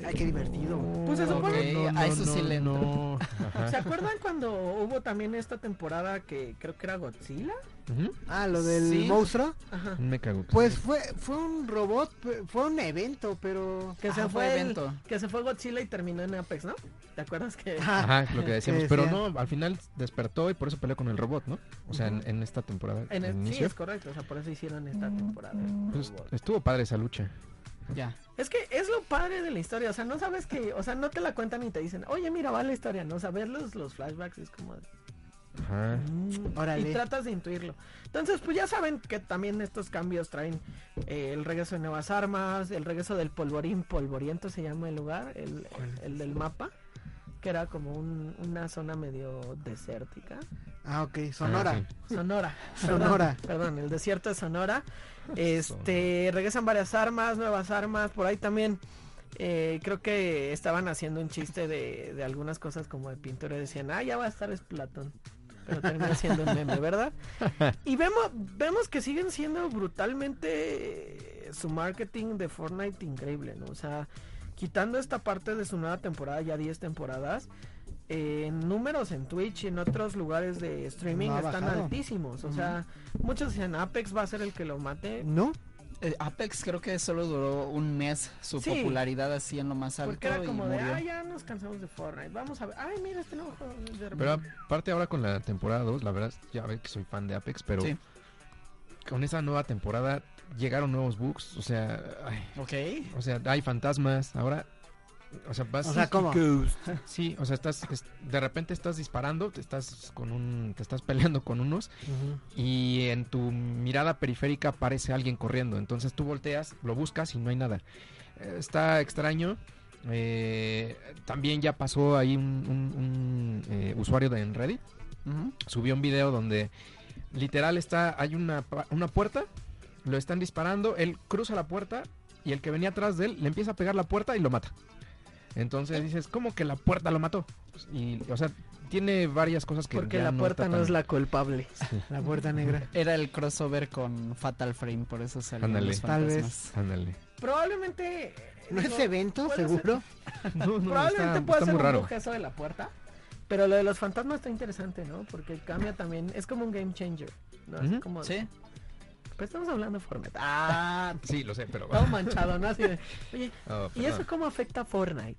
Ay, qué divertido.
Pues se supone-
Ok, a eso sí le entro.
no. Ajá.
¿Se acuerdan cuando hubo también esta temporada que creo que era Godzilla?
Ujú.
Ah, lo del
Sí.
monstruo.
Ajá.
Me cago.
Pues fue fue un robot, pe- fue un evento, pero
Que se fue,
Ah, fue
el-
evento.
que se fue Godzilla y terminó en Apex, ¿no? ¿Te acuerdas que
Ajá, es lo que decíamos.
Que
Pero
decía.
no, al final despertó y por eso peleó con el robot, ¿no? O sea, en, en esta temporada.
en
al
el, sí
inicio.
es correcto, o sea, por eso hicieron esta temporada.
Pues, estuvo padre esa lucha.
Ya.
Es que es lo padre de la historia, o sea, no sabes que, o sea, no te la cuentan y te dicen, "Oye, mira, va la historia", no, o sea, ver los, los flashbacks es como de,
Ajá.
Mm,
Órale.
Y tratas de intuirlo. Entonces, pues ya saben que también estos cambios traen eh, el regreso de nuevas armas, el regreso del polvorín, polvoriento se llama el lugar, el, el- el del mapa, que era como un- una zona medio desértica.
ah, ok, Sonora.
Ah,
Sonora. perdón,
Sonora.
Perdón, el desierto de Sonora. Este, regresan varias armas, nuevas armas, por ahí también. eh, creo que estaban haciendo un chiste de, de algunas cosas como de pintura y decían, ah, ya va a estar Platón. Pero termina siendo un meme, ¿verdad? Y vemos, vemos que siguen siendo brutalmente eh, su marketing de Fortnite increíble, ¿no? O sea, quitando esta parte de su nueva temporada, ya 10 temporadas, eh, en números en Twitch y en otros lugares de streaming
No ha
están
bajado.
altísimos. O sea, muchos decían Apex va a ser el que lo mate.
¿No?
Eh, Apex creo que solo duró un mes su
Sí.
popularidad así en lo más alto
Porque era como
y
de,
murió.
ah, ya nos cansamos de Fortnite. Vamos a ver, ay, mira este nuevo juego. de
Pero
repente".
aparte ahora con la temporada 2, la verdad ya ve que soy fan de Apex, pero
Sí.
con esa nueva temporada llegaron nuevos bugs, o sea, ay,
Ok.
o sea, hay fantasmas, ahora o sea, vas
O sea, ¿cómo?
Sí, o sea, estás es- de repente estás disparando, te estás con un te estás peleando con unos y en tu mirada periférica aparece alguien corriendo, entonces tú volteas, lo buscas y no hay nada. Eh, Está extraño. eh, también ya pasó ahí un, un- un, eh, usuario de en Reddit
Ujú.
subió un video donde literal está, hay una, pa- una puerta, lo están disparando, él cruza la puerta y el que venía atrás de él le empieza a pegar la puerta y lo mata.
Eh.
Entonces dices, ¿cómo que la puerta lo mató? Pues, Y, o sea, tiene varias cosas que...
Porque
ya
la puerta
está
no es
tan-
la culpable.
La puerta negra.
Era el crossover con Fatal Frame, por eso salieron
Ándale.
los
Tal vez.
fantasmas.
Ándale.
Probablemente...
¿No es
digo,
evento,
puede ser-
seguro?
No, no,
Probablemente
está,
pueda
está
ser
muy
un
raro.
bug eso de la puerta. Pero lo de los fantasmas está interesante, ¿no? Porque cambia también. Es como un game changer. ¿no? Así
Ujú.
como,
Sí.
Pues estamos hablando de Fortnite. Ah,
Sí, lo sé, pero...
todo manchado, ¿no? Así de, oye,
Oh,
¿y eso
perdón.
cómo afecta a Fortnite?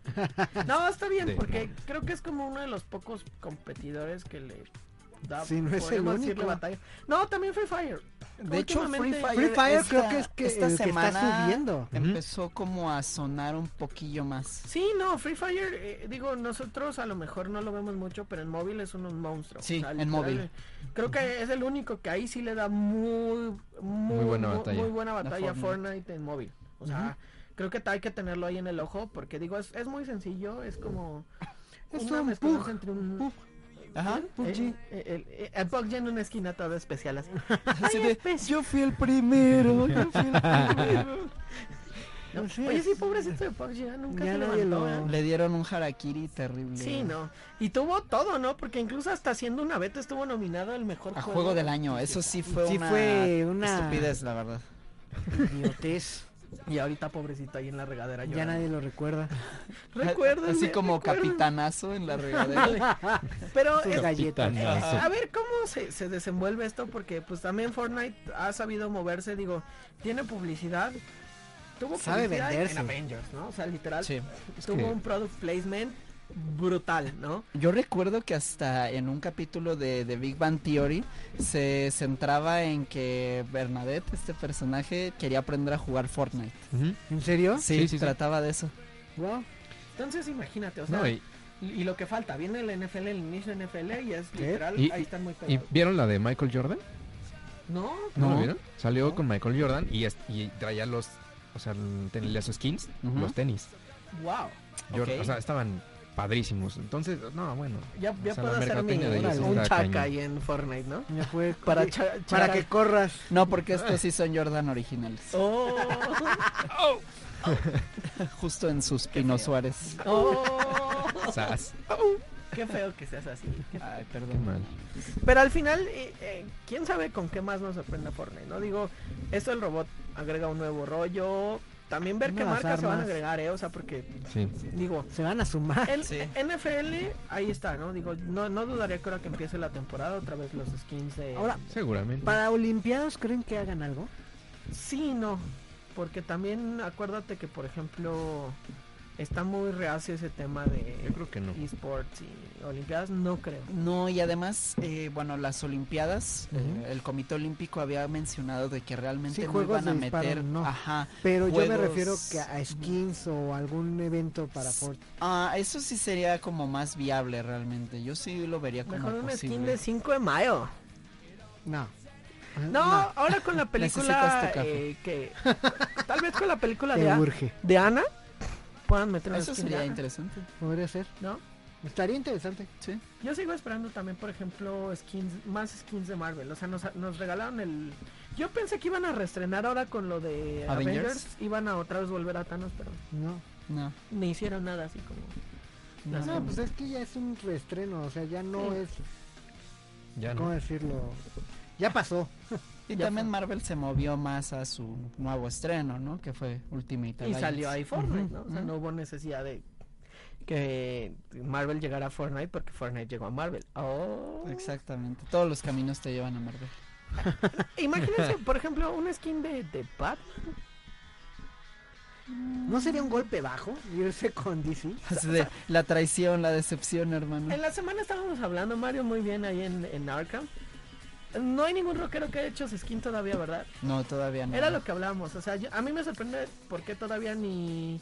No, está bien,
De-
porque creo que es como uno de los pocos competidores que le da.
Sí, no es el
podemos decirle
único.
batalla. No, también Free Fire.
De hecho, Free
Últimamente-
Fire,
Free Fire
esta-
creo que es que
esta
el que está
semana
subiendo.
Empezó como a sonar un poquillo más.
Sí, no, Free Fire, eh, digo, nosotros a lo mejor no lo vemos mucho, pero en móvil es un, un monstruo.
Sí, en
literal,
móvil.
eh, Creo que es el único que ahí sí le da muy, muy,
Muy buena
mu-
batalla.
muy buena
A
batalla a
Fortnite.
Fortnite en móvil. O sea, creo que hay que tenerlo ahí en el ojo, porque digo, es, es muy sencillo, es como...
Es
una
un
mezcolanza
pug,
entre un...
pug.
Ajá.
Eh, eh, el, eh, el Pug ya en una esquina todo especial así.
Así
Ay,
de,
especial.
yo fui el primero, yo fui el primero.
No,
Así
Oye,
es.
sí, pobrecito de Pug ya nunca
Ya
se
nadie
levantó.
lo-
¿eh?
Le dieron un harakiri terrible.
Sí, no. Y tuvo todo, ¿no? Porque incluso hasta haciendo una beta estuvo nominado al mejor
A juego del año, eso sí fue,
Sí
una,
fue una-
estupidez, la verdad.
Idiotez.
Y ahorita pobrecito ahí en la regadera ¿eh?
Ya nadie lo recuerda.
Recuerden.
Así como capitanazo en la regadera.
Pero
Sus
es-
galletas.
eh,
Capitanazo.
a ver cómo se, se desenvuelve esto porque pues también Fortnite ha sabido moverse, digo, tiene publicidad. Tuvo
Sabe
publicidad
venderse.
en Avengers, ¿no? O sea, literal.
Sí.
Tuvo
que-
un product placement. brutal, ¿no?
Yo recuerdo que hasta en un capítulo de, de Big Bang Theory se centraba en que Bernadette, este personaje, quería aprender a jugar Fortnite.
Ujú.
¿En serio?
Sí,
Sí, sí, sí.
trataba de eso.
Wow.
Entonces imagínate, o sea,
No, y,
y lo que falta, viene la NFL, el inicio de NFL y es literal,
Y-
ahí están muy
y
pegados.
vieron la de Michael Jordan?
No,
¿No,
No.
lo vieron? Salió
No.
con Michael Jordan y, es- y traía los, o sea, tenía los skins,
Ujú.
los tenis.
wow.
Jordan,
Ok.
O sea, estaban padrísimos. Entonces, no, bueno.
Ya,
O
ya
sea,
puedo
la
hacer mi,
mercadotecnia de ellos
un
está
chaca
cañón.
ahí en Fortnite, ¿no?
Ya fue
Para,
para,
cha-
para
chaca-
que corras.
No, porque estos sí son Jordan originales.
Oh,
Justo en sus Pino Suárez.
oh,
Sas,
qué feo que seas así.
Ay,
qué
perdón.
mal.
Pero al final, eh, eh, quién sabe con qué más nos sorprenda Fortnite, ¿no? Digo, esto el robot agrega un nuevo rollo. También ver qué
Nuevas
marcas se van a
armas.
agregar, ¿eh? O sea, porque,
Sí.
digo,
Se van a sumar.
el
Sí.
NFL, ahí está, ¿no? Digo, no, no dudaría que ahora que empiece la temporada, otra vez los skins de...
Ahora,
Seguramente.
para Olimpiados, ¿creen que hagan algo?
Sí, no. Porque también acuérdate que, por ejemplo, está muy reacio ese tema
Yo
de
creo que no.
esports y olimpiadas. No creo.
No, y además, eh, bueno, las Olimpiadas, eh,
Ujú.
el Comité Olímpico había mencionado de que realmente
Sí,
no
juegos
iban a
de disparo,
meter.
no.
Ajá.
Pero yo me
Juegos-
refiero que a skins o algún evento para Fortnite.
Ah, eso sí sería como más viable realmente. Yo sí lo vería como
Mejor una skin
posible.
de 5 de mayo.
No.
No, ahora con la película
Necesitas tu café.
eh, que... Tal vez con la película de,
Te
A-
urge.
de Ana puedan meter una
Eso
skin de
sería
Ana,
interesante.
Podría ser.
¿no?
Estaría interesante.
Sí.
Yo sigo esperando también, por ejemplo, skins, más skins de Marvel. O sea, nos, nos regalaron el... Yo pensé que iban a reestrenar ahora con lo de
Avengers.
Avengers. Iban a otra vez volver a Thanos, pero...
No.
No.
me hicieron nada así como
No,
Las-
No, pues es que ya es un reestreno. O sea, ya no
Sí.
es.
Ya
¿Cómo
no.
decirlo? Ya pasó.
Y
Ya
también
fue.
Marvel se movió más a su nuevo estreno, ¿no? Que fue Ultimate
y
Alliance.
salió ahí Fortnite,
Ujú,
¿no? O sea,
ujú.
no hubo necesidad de que Marvel llegara a Fortnite porque Fortnite llegó a Marvel. Oh.
Exactamente. Todos los caminos te llevan a Marvel.
Imagínense, por ejemplo, una skin de, de Batman.
¿No sería un golpe bajo irse con DC?
Así de la traición, la decepción, hermano.
En la semana estábamos hablando, Mario, muy bien ahí en, en Arkham. No hay ningún rockero que haya hecho su skin todavía, ¿verdad?
No, todavía no.
Era lo que hablábamos. O sea, yo- a mí me sorprende por qué todavía ni...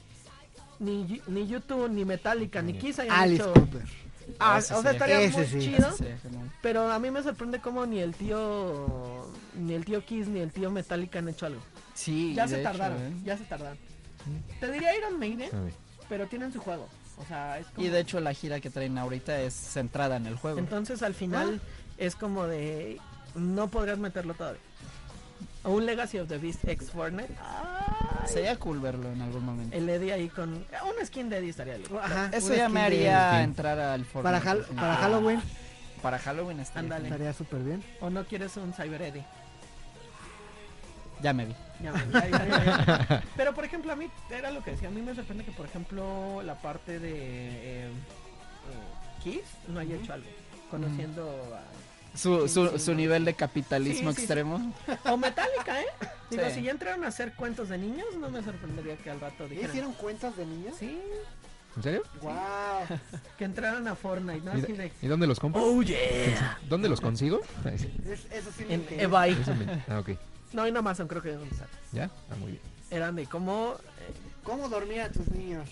Ni, ni YouTube, ni Metallica, ni Kiss hayan
Alice
hecho...
Cooper.
Ah,
Ese
o sea, estaría
sería
ese
muy
sí.
chido.
Sí, genial.
Pero a mí me sorprende cómo ni el tío ni el tío Kiss ni el tío Metallica han hecho algo.
Sí,
Ya
de
se
hecho,
tardaron,
¿eh? Ah.
ya se tardaron. Te diría Iron Maiden,
Sabe.
pero tienen su juego. O sea, es como...
Y de hecho la gira que traen ahorita es centrada en el juego.
Entonces al final
Ah.
es como de no podrías meterlo todavía. O un Legacy of the Beast ex Fortnite.
Ah.
Ay,
Sería cool verlo en algún momento.
El Eddie ahí con un skin de Eddie estaría loco.
Ajá,
Eso
una
ya
skin
me
de-
haría
Sí.
entrar al Fortnite.
Para, Hal-
por ejemplo.
para Halloween
Para Halloween está.
Ándale.
estaría súper bien.
O no quieres un Cyber Eddie.
Ya me vi.
Ya, ya, ya, ya, ya. Pero por ejemplo, a mí era lo que decía. A mí me sorprende que, por ejemplo, la parte de eh, eh, Kiss no haya hecho algo. Conociendo a.
Su,
Sí,
su-
sí,
su
no.
nivel de capitalismo
Sí, sí, sí.
extremo.
O Metallica, ¿eh? Digo,
Sí.
si ya entraron a hacer cuentos de niños, no me sorprendería que al rato
¿Ya
dijeran.
hicieron cuentas de niños?
Sí,
¿En serio?
¡Wow!
que entraran a Fortnite, ¿no?
¿Y,
Así de.
y dónde los compro?
Oh yeah.
¿Dónde los consigo?
Es- eso sí me
En
interesa.
eBay.
Eso me- Ah, ok.
No, en Amazon creo que deben estar.
¿Ya? Ah, muy bien.
Eran de cómo. eh,
¿Cómo dormir a tus niños?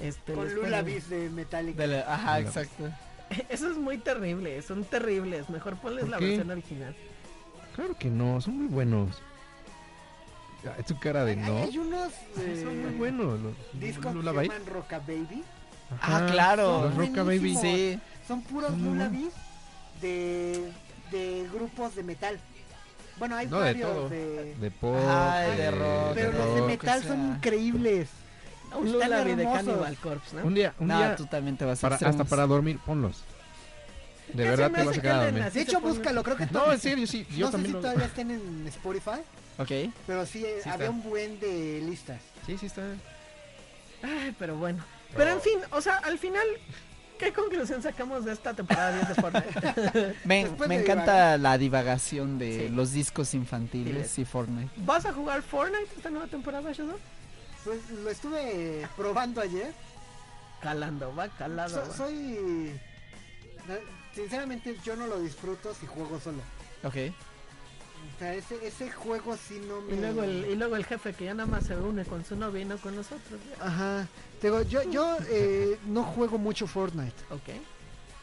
Este,
Con
les
Lula
ponen-
Bis de Metallica.
De la- ajá,
De la-
exacto.
Eso es muy terrible, son terribles. Mejor ponles
¿Por
la
qué?
versión original.
Claro que no, son muy buenos. Ah, Es tu cara de
Hay-
no.
Hay unos eh,
Son muy buenos. Los,
discos que
Lula
se
Bay.
llaman Rockababy.
Ah,
Ajá.
claro.
Los Roca Baby.
Buenísimos.
Sí.
Son puros
Son muy
Lula
buenos.
Bis de, de grupos de metal. Bueno, hay
No, de todo.
varios de...
De pop.
Ay, de rock,
Pero los de
rock,
metal
o sea.
son increíbles.
Un
Están
Lullaby de
hermosos.
Cannibal Corpse, ¿no?
Un día, un
No,
día
tú también te vas a
para- hasta
extremos.
para dormir, ponlos. De
Ese
verdad
me
te vas
hace
a quedar a
que
dormir.
Así
De
se
hecho,
pone-
búscalo, creo que
No, en serio, sí. Yo
no sé si
también lo...
todavía estén en Spotify,
Ok.
pero sí, eh,
Sí
había
está.
un buen de listas.
Sí, sí está.
Ay, pero bueno. Pero en fin, o sea, al final, ¿qué conclusión sacamos de esta temporada 10 de Fortnite?
Me,
Después
me
de
encanta
divagar.
la divagación
Sí.
de los discos infantiles y Fortnite.
¿Vas a jugar Fortnite esta nueva temporada, Shadow?
Pues lo estuve probando ayer
calando, va calado.
So-
va.
soy. la- Sinceramente, yo no lo disfruto si juego solo.
Ok.
O sea, ese, ese juego sí no me.
Y luego, el, y luego el jefe que ya nada más se une con su novia y no con nosotros. ya.
Ajá. Te digo, yo, yo eh, no juego mucho Fortnite.
Ok.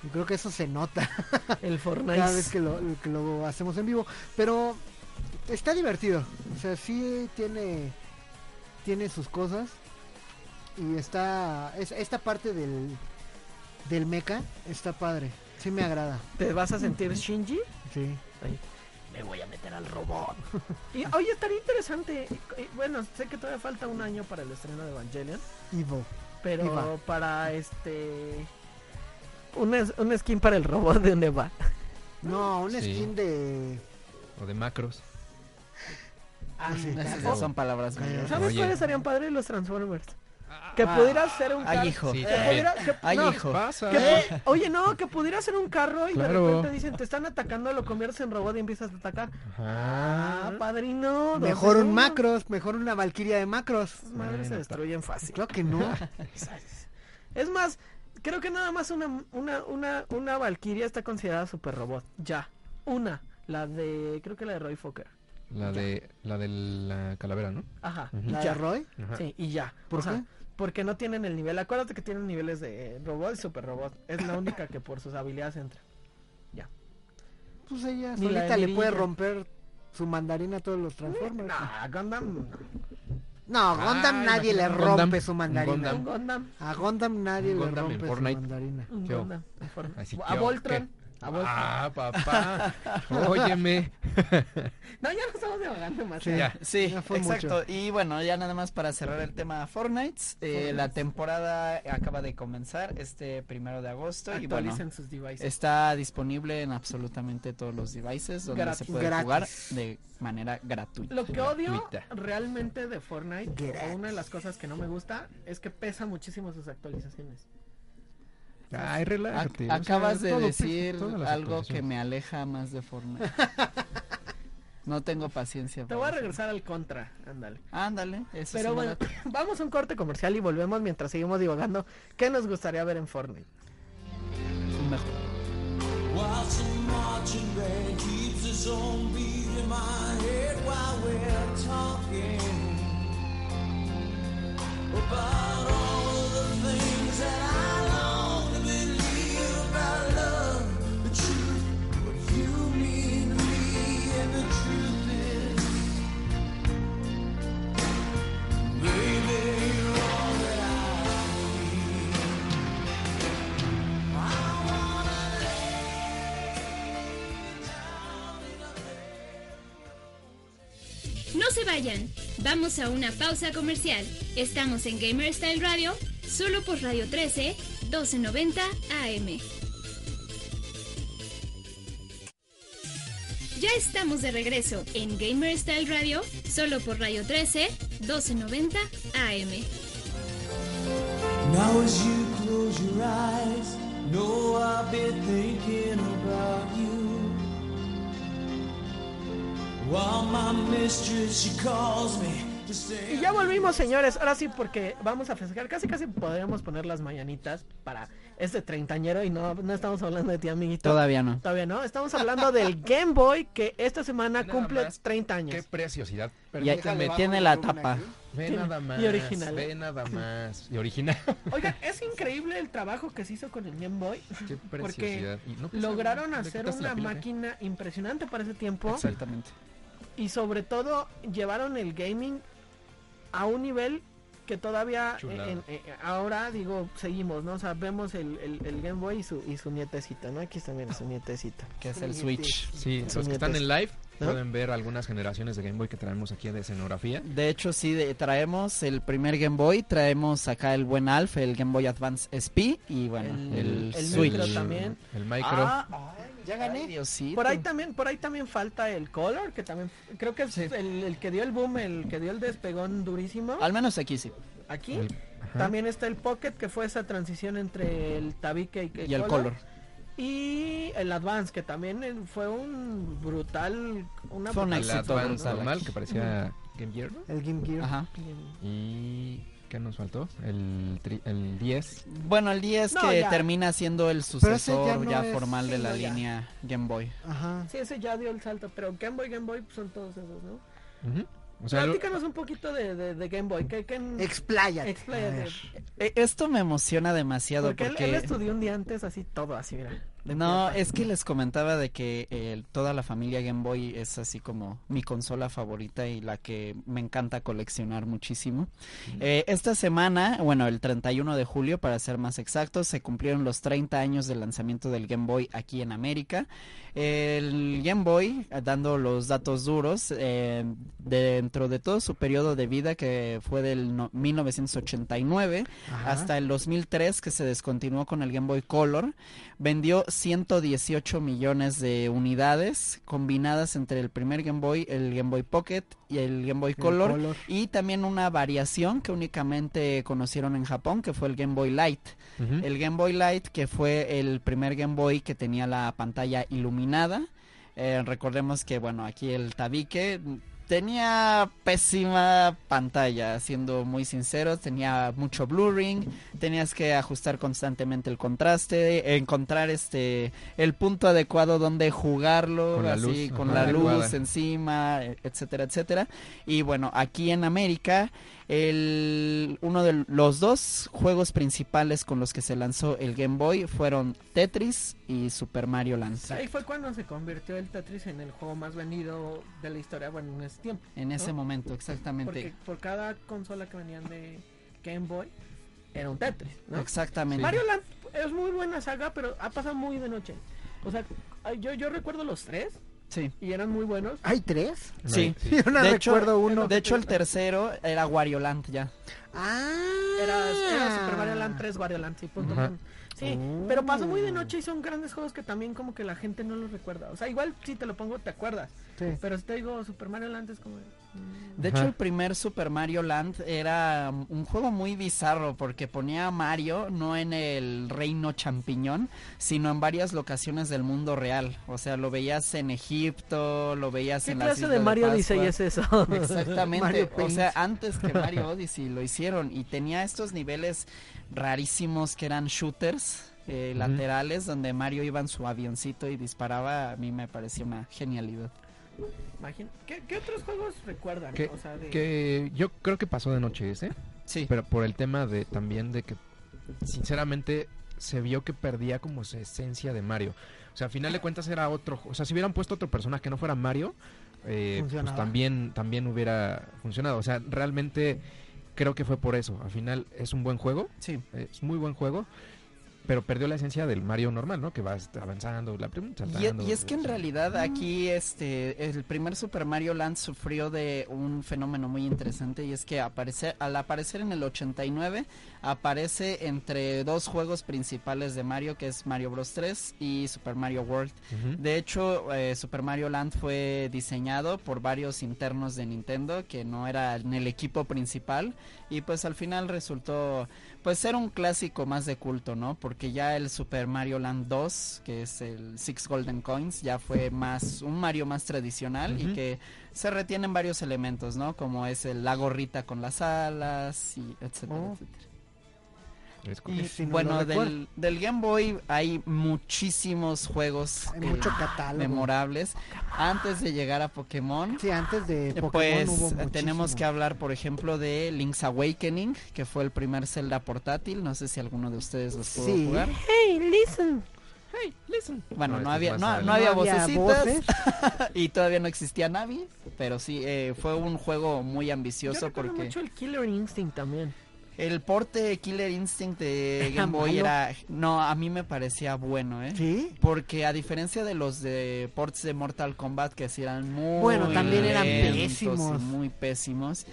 Y creo que eso se nota
El Fortnite.
cada vez que lo, que lo hacemos en vivo. Pero está divertido. O sea, sí tiene, tiene sus cosas. Y está. es- esta parte del, del mecha está padre. Sí me agrada.
¿Te vas a sentir Shinji?
Sí.
Me voy a meter al robot. Y oye, estaría interesante. eh, Bueno, sé que todavía falta un año para el estreno de Evangelion.
Evil.
Pero
Eva.
para este. Un, es- un skin para el robot de un Eva.
No, un
Sí.
skin de.
O de macros.
Ah, sí.
Esas
Oh,
ya son palabras
Oye.
mayores.
¿Sabes
Oye.
cuáles serían padres los Transformers? Que pudiera ser un
Ay,
carro.
hijo.
Sí,
que
también.
pudiera- que-
Ay,
no,
hijo.
Pasa.
que pu- oye, no, que pudiera ser un carro y
Claro.
de repente dicen, te están atacando, lo conviertes en robot y empiezas a atacar. Ah, padrino. dos
Mejor
en
un
uno.
macros, mejor una valquiria de macros.
Esas madres se
Bueno,
destruyen fácil.
Claro que no.
Es más, creo que nada más una, una, una, una Valkyria está considerada super robot. Ya. Una. La de. Creo que la de Roy Fokker.
La de la de la calavera, ¿no?
Ajá.
Ujú.
y
¿La de
ya.
Roy?
Ajá.
Sí, y ya.
¿Por
O sea,
qué?
porque no tienen el nivel. Acuérdate que tienen niveles de robot y super robot. Es la única que por sus habilidades entra.
Pues ella
Ni la
solita le
Mirilla.
puede romper su mandarina a todos los Transformers.
Nah, Gundam.
No, a Gondam
Ah,
nadie le
imagínate,
rompe
Gundam,
su
no.
mandarina.
Gundam.
Un Gundam.
A Gondam nadie le
Gundam en
rompe su
Fortnite.
mandarina.
Un
¿Qué hubo?
Gundam. mejor.
Así
A
que,
Voltron.
¿qué?
A Voltron.
Ah, papá. Óyeme.
No, ya no estamos divagando más.
Sí.
Ya.
Sí,
Ya fue
exacto. Y bueno, ya nada más para cerrar el tema Fortnite. eh, la temporada acaba de comenzar este primero de agosto. Y bueno,
Actualicen sus devices.
está disponible en absolutamente todos los devices donde
Gratis.
se puede
Gratis.
jugar de manera gratuita.
Lo que odio
Gratuita.
realmente de Fortnite,
Gratis.
o una de las cosas que no me gusta, es que pesa muchísimo sus actualizaciones.
Ay,
Ac-
relájate. o sea,
acabas de
todo pesa,
decir
todas las
algo que
actualizaciones.
me aleja más de Fortnite. No tengo paciencia.
Te voy a
para eso.
regresar al contra, ándale.
Ándale, eso sí
Pero
me
bueno,
late.
vamos a un corte comercial y volvemos mientras seguimos divagando qué nos gustaría ver en Fortnite.
Un mejor-
Watching marching band keeps its own beat in my head while we're talking about all of the things that I long to believe about love, the truth, what you mean to me, and the truth is, baby, you're all that I need.
No se vayan, vamos a una pausa comercial. Estamos en Gamer Style Radio, solo por Radio 13, 1290 AM. Ya estamos de regreso en Gamer Style Radio, solo por Radio 13, 1290 AM.
Now as you close your eyes, know I've been thinking about you. While my mistress, she calls me to
Y
say.
ya volvimos, señores. Ahora sí, porque vamos a festejar. Casi, casi podríamos poner las mañanitas para este treintañero y no, no estamos hablando de ti, amiguito.
Todavía no.
Todavía no. Estamos hablando del Game Boy que esta semana
Nada
cumple
más
30
Qué
años.
preciosidad.
Y ahí
Déjale,
me
bajo
tiene
el
la
volumen
tapa.
aquí.
Ve
tiene-
nada más.
y original.
Ve nada más. Y original.
Oigan, es increíble el trabajo que se hizo con el Game Boy.
Qué preciosidad. Y no pasa
Lograron
nada, le
hacer
quitas la
una
pila, ¿eh?
máquina impresionante para ese tiempo.
Exactamente.
Y sobre todo llevaron el gaming a un nivel que todavía eh,
Chulada.
en- en- ahora digo seguimos, ¿no? O sea, vemos el, el- el Game Boy y su, y su nietecita, ¿no? Aquí también es su nietecita.
Que es el Switch.
Sí, los
nietos.
que están en live
¿No?
pueden ver algunas generaciones de Game Boy que traemos aquí de escenografía.
De hecho, sí, de- traemos el primer Game Boy, traemos acá el buen Alf, el Game Boy Advance SP y bueno, el,
el
Switch. Ah,
micro también. Ah,
El micro.
ya gané. Diosito.
Por ahí también, por ahí también falta el Color, que también creo que es
Sí.
el, el que dio el boom, el que dio el despegón durísimo.
Al menos aquí sí.
Aquí
el- ajá.
también está el Pocket, que fue esa transición entre el tabique y
Y el color.
Y el Advance, que también eh, fue un brutal. Una
Fue un
El
brutal-
éxito
Advance
brutal.
normal que parecía Game Gear.
El Game Gear.
Ajá.
Y ¿Qué nos faltó? El, tri- el 10.
Bueno, el 10
No,
que
ya.
termina siendo el
Pero ese ya
sucesor
no
ya,
es-
formal de
sí,
la
no, ya.
línea Game Boy.
Ajá.
Sí, ese ya dio el salto, pero Game Boy, Game Boy pues, son todos esos, ¿no?
Ujú. O sea, lo-
Platícanos un poquito de, de, de Game Boy. ¿Qué, qué en-
Expláyate.
expláyate.
A ver.
E- Esto me emociona demasiado
Porque
porque...
él, él estudió un día antes así todo, así mira. de
No,
pieza.
es que les comentaba de que eh, toda la familia Game Boy es así como mi consola favorita y la que me encanta coleccionar muchísimo. Eh, esta semana, bueno, el 31 de julio para ser más exactos, se cumplieron los 30 años del lanzamiento del Game Boy aquí en América. El Game Boy, eh, dando los datos duros, eh, dentro de todo su periodo de vida que fue del no- 1989
Ajá.
hasta el 2003 que se descontinuó con el Game Boy Color, vendió 118 millones de unidades combinadas entre el primer Game Boy, el Game Boy Pocket y el Game Boy
El
Color, y también una variación que únicamente conocieron en Japón que fue el Game Boy Light.
Ujú.
El Game Boy Light, que fue el primer Game Boy que tenía la pantalla iluminada. Eh, recordemos que, bueno, aquí el tabique tenía pésima pantalla, siendo muy sinceros. Tenía mucho blurring, tenías que ajustar constantemente el contraste, encontrar este el punto adecuado donde jugarlo,
Con la
así,
luz,
con
ajá,
la luz
adecuada.
encima, e- etcétera, etcétera. Y bueno, aquí en América, el, uno de los dos juegos principales con los que se lanzó el Game Boy fueron Tetris y Super Mario Land.
Ahí fue cuando se convirtió el Tetris en el juego más vendido de la historia, bueno, en ese tiempo.
En ese
¿no?
momento, exactamente.
Porque por cada consola que venían de Game Boy, era un Tetris, ¿no?
Exactamente.
Mario Land es muy buena saga, pero ha pasado muy de noche. O sea, ay, yo, yo recuerdo los tres
Sí.
y eran muy buenos.
¿Hay tres?
Sí.
Yo no
De hecho,
recuerdo uno.
De hecho, el tercero era Wario Land ya.
Ah.
Era, era Super Mario Land 3, Wario Land, sí, punto.
Ajá.
Sí,
Oh.
pero pasó muy de noche y son grandes juegos que también como que la gente no los recuerda. O sea, igual si te lo pongo te acuerdas,
Sí.
pero si te digo Super Mario Land es como... mm.
De
Ajá.
hecho, el primer Super Mario Land era um, un juego muy bizarro porque ponía a Mario no en el reino champiñón, sino en varias locaciones del mundo real. O sea, lo veías en Egipto, lo veías
¿Qué
en la
clase de Mario Odyssey es eso?
Exactamente,
Mario
o
Paint.
sea, antes que Mario Odyssey lo hicieron y tenía estos niveles rarísimos que eran shooters eh,
Ujú.
laterales donde Mario iba en su avioncito y disparaba, a mí me pareció una genialidad.
Imagina- ¿Qué, qué otros juegos recuerdan?
¿Qué-
O sea, de-
Que yo creo que pasó de noche ese.
Sí,
Pero por el tema de también de que, sinceramente, se vio que perdía como su esencia de Mario. O sea, al final de cuentas era otro. O sea, si hubieran puesto otro personaje que no fuera Mario, eh, pues
Funcionaba.
también, también hubiera funcionado. O sea, realmente creo que fue por eso. Al final es un buen juego,
sí.
eh, es muy buen juego. Pero perdió la esencia del Mario normal, ¿no? Que vas avanzando, la prim-
Y,
saltando,
y es que en
o sea.
realidad aquí este el primer Super Mario Land sufrió de un fenómeno muy interesante y es que aparece, al aparecer en el 89 aparece entre dos juegos principales de Mario que es Mario Bros 3 y Super Mario World.
Ujú.
De hecho, eh, Super Mario Land fue diseñado por varios internos de Nintendo que no era en el equipo principal y pues al final resultó pues ser un clásico más de culto, ¿no? Porque ya el Super Mario Land 2, que es el Six Golden Coins, ya fue más un Mario más tradicional y
Ujú.
que se retienen varios elementos, ¿no? Como es el, la gorrita con las alas y etcétera,
Oh.
etcétera.
Es
Y,
correcto.
si no
bueno,
lo recuerdo.
del, del Game Boy hay muchísimos juegos
Hay
eh,
mucho catálogo.
memorables. Antes de llegar a Pokémon,
Sí, antes de
eh,
Pokémon
pues
hubo
eh,
muchísimo.
tenemos que hablar, por ejemplo, de Link's Awakening, que fue el primer Zelda portátil. No sé si alguno de ustedes los pudo
Sí.
jugar.
Hey, listen.
Bueno, no,
No, este es
había,
más
no,
adelante.
no había
No había
vocecitas
voces.
y todavía no existía Navi, pero sí, eh, fue un juego muy
Yo
ambicioso
recuerdo
porque...
mucho el Killer Instinct también.
El porte de Killer Instinct de
Era
Game Boy
malo.
era... No, a mí me parecía bueno, ¿eh?
Sí.
Porque a diferencia de los de ports de Mortal Kombat que sí eran muy
Bueno,
también eran
lentos
pésimos.
y muy pésimos.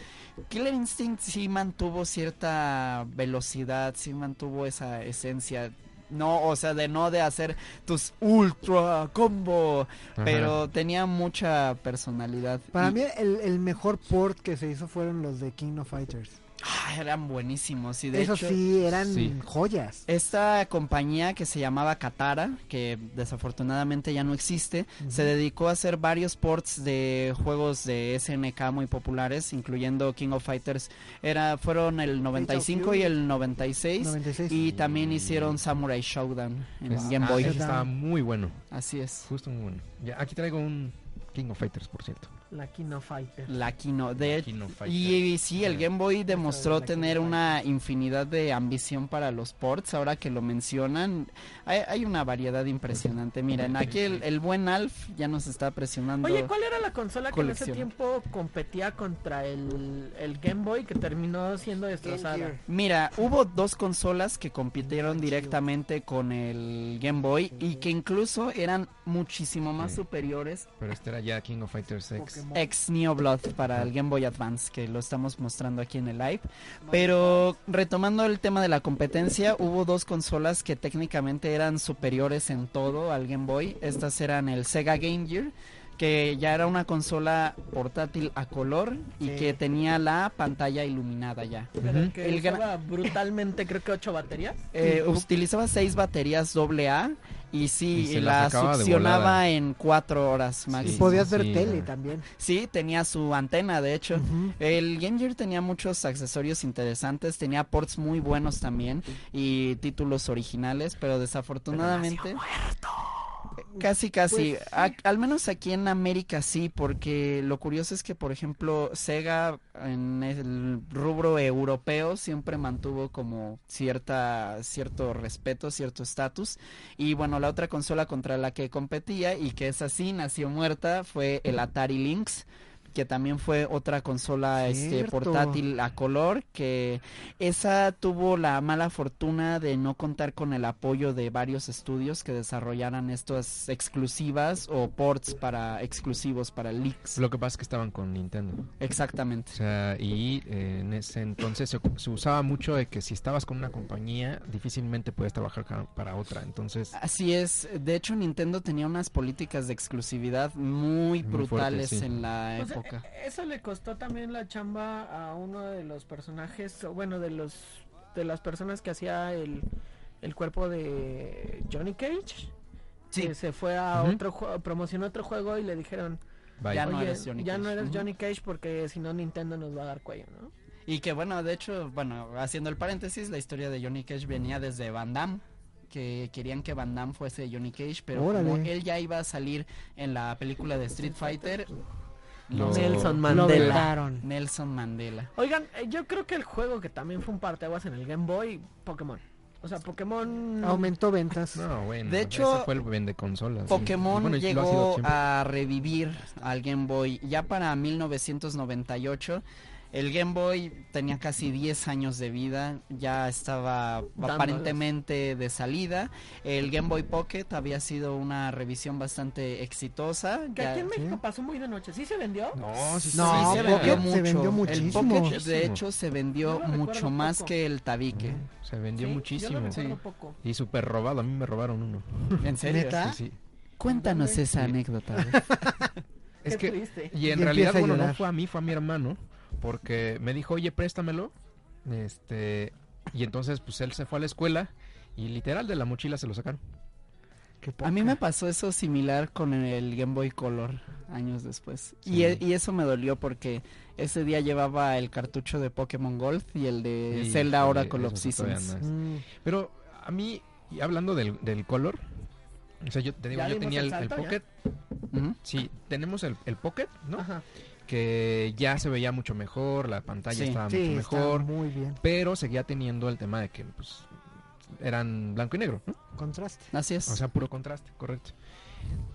Killer Instinct sí mantuvo cierta velocidad, sí mantuvo esa esencia. No, o sea, de no de hacer tus ultra combo,
Ajá.
pero tenía mucha personalidad.
Para
Y-
mí el, el mejor port que se hizo fueron los de King of Fighters.
Ah, eran buenísimos. Y de
Eso
hecho,
sí, eran
sí.
joyas.
Esta compañía que se llamaba Katara, que desafortunadamente ya no existe, se dedicó a hacer varios ports de juegos de SNK muy populares, incluyendo King of Fighters. Era, fueron el 95 y el 96.
96.
Y también hicieron Samurai Showdown en
Es-
Game
ah,
Boy.
ese estaba muy bueno.
Así es.
Justo muy bueno. Ya, aquí traigo un King of Fighters, por cierto.
La Kino Fighter.
La Kino. De,
King of Fighters.
y, y sí, el
Yeah.
Game Boy demostró
la
tener
King of
una infinidad de ambición para los ports. Ahora que lo mencionan, hay, hay una variedad impresionante. Miren, aquí el, el buen Alf ya nos está presionando.
Oye, ¿cuál era la consola que en ese
Colección.
tiempo competía contra el, el Game Boy que terminó siendo destrozada?
Gear.
Mira, hubo dos consolas que compitieron
chido.
directamente con el Game Boy y que incluso eran muchísimo más
Sí.
superiores.
Pero este era ya King of Fighters X.
Pokémon.
Ex Neo Blood para el Game Boy Advance, que lo estamos mostrando aquí en el live. Pero retomando el tema de la competencia, hubo dos consolas que técnicamente eran superiores en todo al Game Boy. Estas eran el Sega Game Gear, que ya era una consola portátil a color y
Sí.
que tenía la pantalla iluminada ya.
Pero que
El gran-
usaba brutalmente, creo que ocho baterías.
Eh, utilizaba seis baterías AA y
Y
sí,
se
la
las sacaba de
succionaba
volada.
en cuatro horas
Y
máximo.
podías ver
sí,
tele
ah.
también.
Sí, tenía su antena, de hecho.
Ujú.
El Game Gear tenía muchos accesorios interesantes, tenía ports muy buenos también y títulos originales, pero desafortunadamente... Casi, casi. A- al menos aquí en América sí, porque lo curioso es que, por ejemplo, Sega en el rubro europeo siempre mantuvo como cierta, cierto respeto, cierto estatus. Y bueno, la otra consola contra la que competía y que es así, nació muerta, fue el Atari Lynx que también fue otra consola este,
Cierto.
portátil a color, que esa tuvo la mala fortuna de no contar con el apoyo de varios estudios que desarrollaran estas exclusivas o ports para exclusivos para leaks.
Lo que pasa es que estaban con Nintendo.
Exactamente.
O sea, y eh, en ese entonces se, se usaba mucho de que si estabas con una compañía, difícilmente podías trabajar ca- para otra. Entonces,
Así es, de hecho Nintendo tenía unas políticas de exclusividad muy,
Muy fuertes,
brutales
sí.
en la
Pues, eh,
época.
Eso le costó también la chamba a uno de los personajes, o bueno, de los de las personas que hacía el, el cuerpo de Johnny Cage.
Sí.
Que se fue a
Ujú.
otro juego, promocionó otro juego y le dijeron,
Ya
vaya.
no
"Oye,
eres Johnny
ya
Cage".
no eres
Ujú.
Johnny Cage porque si no Nintendo nos va a dar cuello, ¿no?
Y que bueno, de hecho, bueno, haciendo el paréntesis, la historia de Johnny Cage venía desde Van Damme, que querían que Van Damme fuese Johnny Cage, pero como
Órale.
él ya iba a salir en la película de Street Fighter,
Lo-
Nelson
Lo
Mandela.
vetaron.
Nelson Mandela.
Oigan, eh, yo creo que el juego que también fue un parteaguas en el Game Boy, Pokémon. O sea, Pokémon
Oh,
Aumentó ventas.
No, bueno.
De hecho,
ese fue el vende consolas.
Pokémon
Bueno, y lo ha sido
llegó
siempre.
a revivir al Game Boy ya para 1998. El Game Boy tenía casi 10 años de vida, ya estaba
Dándolas.
aparentemente de salida. El Game Boy Pocket había sido una revisión bastante exitosa.
que
ya-
aquí en México pasó muy de noche. ¿Sí se vendió?
No, sí,
No,
Sí, se
se
Pocket
vendió
vendía.
mucho.
se vendió
El
muchísimo.
Pocket, de hecho, se vendió
Yo lo
mucho
recuerdo
más
poco.
que el Tabique.
Se vendió
Sí, Yo
muchísimo.
lo recuerdo
Sí.
poco.
Y súper robado. A mí me robaron uno.
¿En serio?
¿Neta?
Sí, sí.
Cuéntanos esa anécdota. güey.
Es
Qué
que
triste.
Y en
Y
realidad,
empieza a
bueno, no
llorar.
fue a mí, fue a mi hermano, porque me dijo, oye, préstamelo. Este, y entonces, pues él se fue a la escuela y literal de la mochila se lo sacaron.
Qué poca.
A mí me pasó eso similar con el Game Boy Color años después. Y, e- y eso me dolió porque ese día llevaba el cartucho de Pokémon Gold y el de
Eh,
Y,
Zelda
híjole,
Oracle of
eso fue todavía
Seasons.
Mm,
Pero a mí, y hablando del, del color, o sea, yo te digo,
¿Ya
yo
dimos
tenía
el
el, el
salto, ya?
Pocket.
Ujú.
Sí, tenemos el, el Pocket, ¿no?
Ajá.
Que ya se veía mucho mejor, la pantalla
Sí.
estaba
sí,
mucho
está
mejor,
muy bien.
pero seguía teniendo el tema de que, pues, eran blanco y negro, ¿no?
Contraste.
Así es.
O sea, puro contraste, correcto.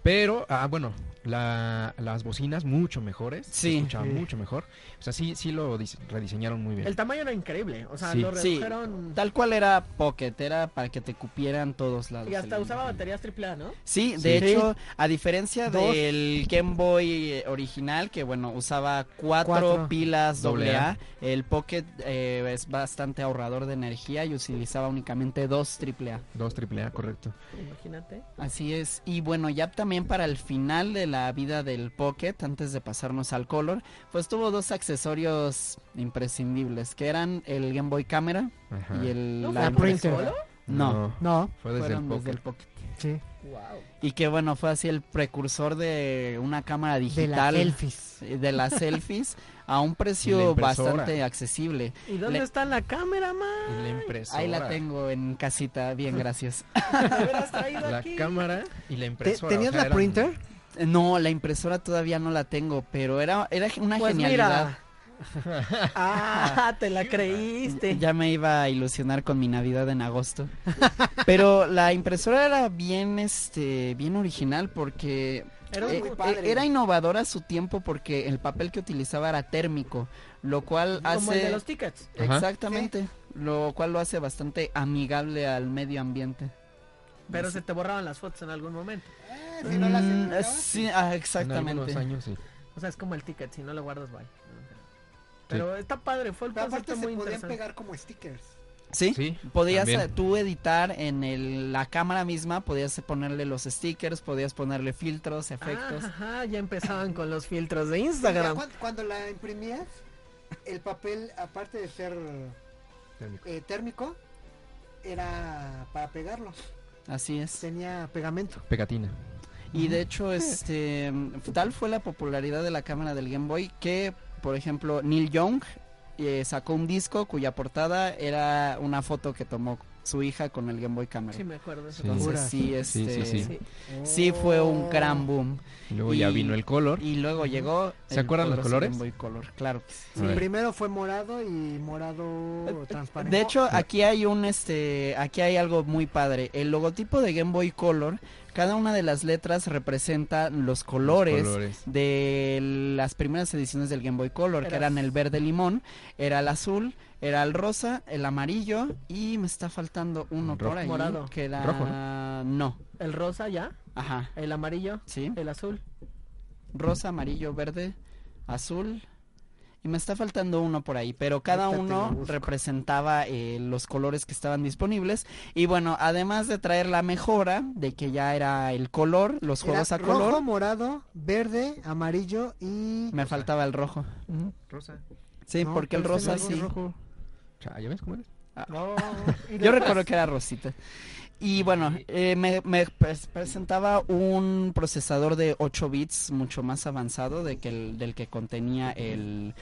Pero, ah, bueno, la- las bocinas mucho mejores. se
Sí.
escuchaban
Sí.
mucho mejor. O sea, sí, sí lo dise- rediseñaron muy bien.
El tamaño era increíble. O sea,
Sí.
lo
Sí.
redujeron.
Tal cual era Pocket, era para que te cupieran todos lados.
Y hasta
el-
usaba baterías AAA, ¿no?
Sí, de
Sí.
hecho, a diferencia
Dos.
del Game Boy eh, original, que bueno, usaba cuatro,
Cuatro.
pilas
Doble A.
AA, el Pocket eh, es bastante ahorrador de energía y utilizaba únicamente dos AAA.
Dos triple A, correcto.
Imagínate.
Así es, y bueno, ya también para el final de la vida del Pocket, antes de pasarnos al Color, pues tuvo dos accesorios imprescindibles, que eran el Game Boy Camera
Ajá.
y el...
¿No
La
fue
álbum.
printer.
solo?
No,
No,
Fue desde el
fueron desde
poker.
el Pocket.
sí.
Wow.
Y que bueno, fue así el precursor de una cámara
De las
digital. eh,
selfies.
de las selfies a un
Y la
precio
impresora.
bastante accesible.
¿Y dónde
Le-
está la cámara,
Y
man?
la impresora.
Ahí la tengo en casita, bien, gracias.
habrás traído
La
aquí?
cámara y la
Te-
impresora.
¿Tenías
o sea,
la
eran-
printer?
No, la impresora todavía no la tengo, pero era, era una
Pues
genialidad.
mira. ah, te la creíste.
Ya me iba a ilusionar con mi Navidad en agosto. Pero la impresora era bien, este, bien original porque
Era
eh,
muy padre.
era innovadora a su tiempo porque el papel que utilizaba era térmico, lo cual
Como el de
hace
los tickets.
Ajá.
exactamente, lo cual lo hace bastante amigable al medio ambiente.
Pero se te borraban las fotos en algún momento.
Mm, sí, ah,
En
exactamente.
algunos años, sí.
O sea, es como el ticket, si no lo guardas, bye. Pero está padre, fue el
Aparte
concepto
se
muy
podían
interesante.
pegar como stickers.
Sí.
Sí,
Podías
también.
eh, tú editar en el- la cámara misma, podías ponerle los stickers, podías ponerle filtros, efectos.
Ah, ajá, ya empezaban con los filtros de
Ya
Instagram.
cuan- cuando la imprimías, el papel, aparte de ser
Térmico.
eh, térmico, era para pegarlo.
Así es.
Tenía pegamento.
Pegatina.
Y de hecho, este tal fue la popularidad de la cámara del Game Boy que, por ejemplo, Neil Young eh, sacó un disco cuya portada era una foto que tomó su hija con el Game Boy Camera.
Sí, me acuerdo.
Sí.
Entonces
Jura.
sí,
Sí, sí,
este,
sí.
sí. fue un gran boom.
Y Luego ya
Y-
vino el
Oh.
color.
Y luego llegó.
¿Se
el
acuerdan los
poderoso
colores?
Game Boy Color, claro que sí.
Sí,
Right.
primero fue morado y morado transparente.
De hecho, aquí hay un este, aquí hay algo muy padre. El logotipo de Game Boy Color, cada una de las letras representa los colores,
Los colores.
de las primeras ediciones del Game Boy Color, que
Era-
eran el verde limón, era el azul, era el rosa, el amarillo y me está faltando uno
Rojo.
por ahí,
Morado.
que era
Rojo,
no,
El rosa ya,
ajá,
el amarillo,
sí,
el azul.
rosa, amarillo, verde, azul. Y me está faltando uno por ahí, pero cada
Ahorita te lo
uno
busco.
representaba eh, los colores que estaban disponibles. Y bueno, además de traer la mejora de que ya era el color, los
Era
juegos a
rojo,
color,
morado, verde, amarillo y
me faltaba el rojo. Ujú.
Rosa.
Sí,
No,
porque el
pero
rosa
este no
sí.
es rojo.
Cha, ¿Ya ves cómo eres?
Yo recuerdo que era Rosita. Y bueno, eh, me, me pres- presentaba un procesador de 8 bits mucho más avanzado de que el, del que contenía el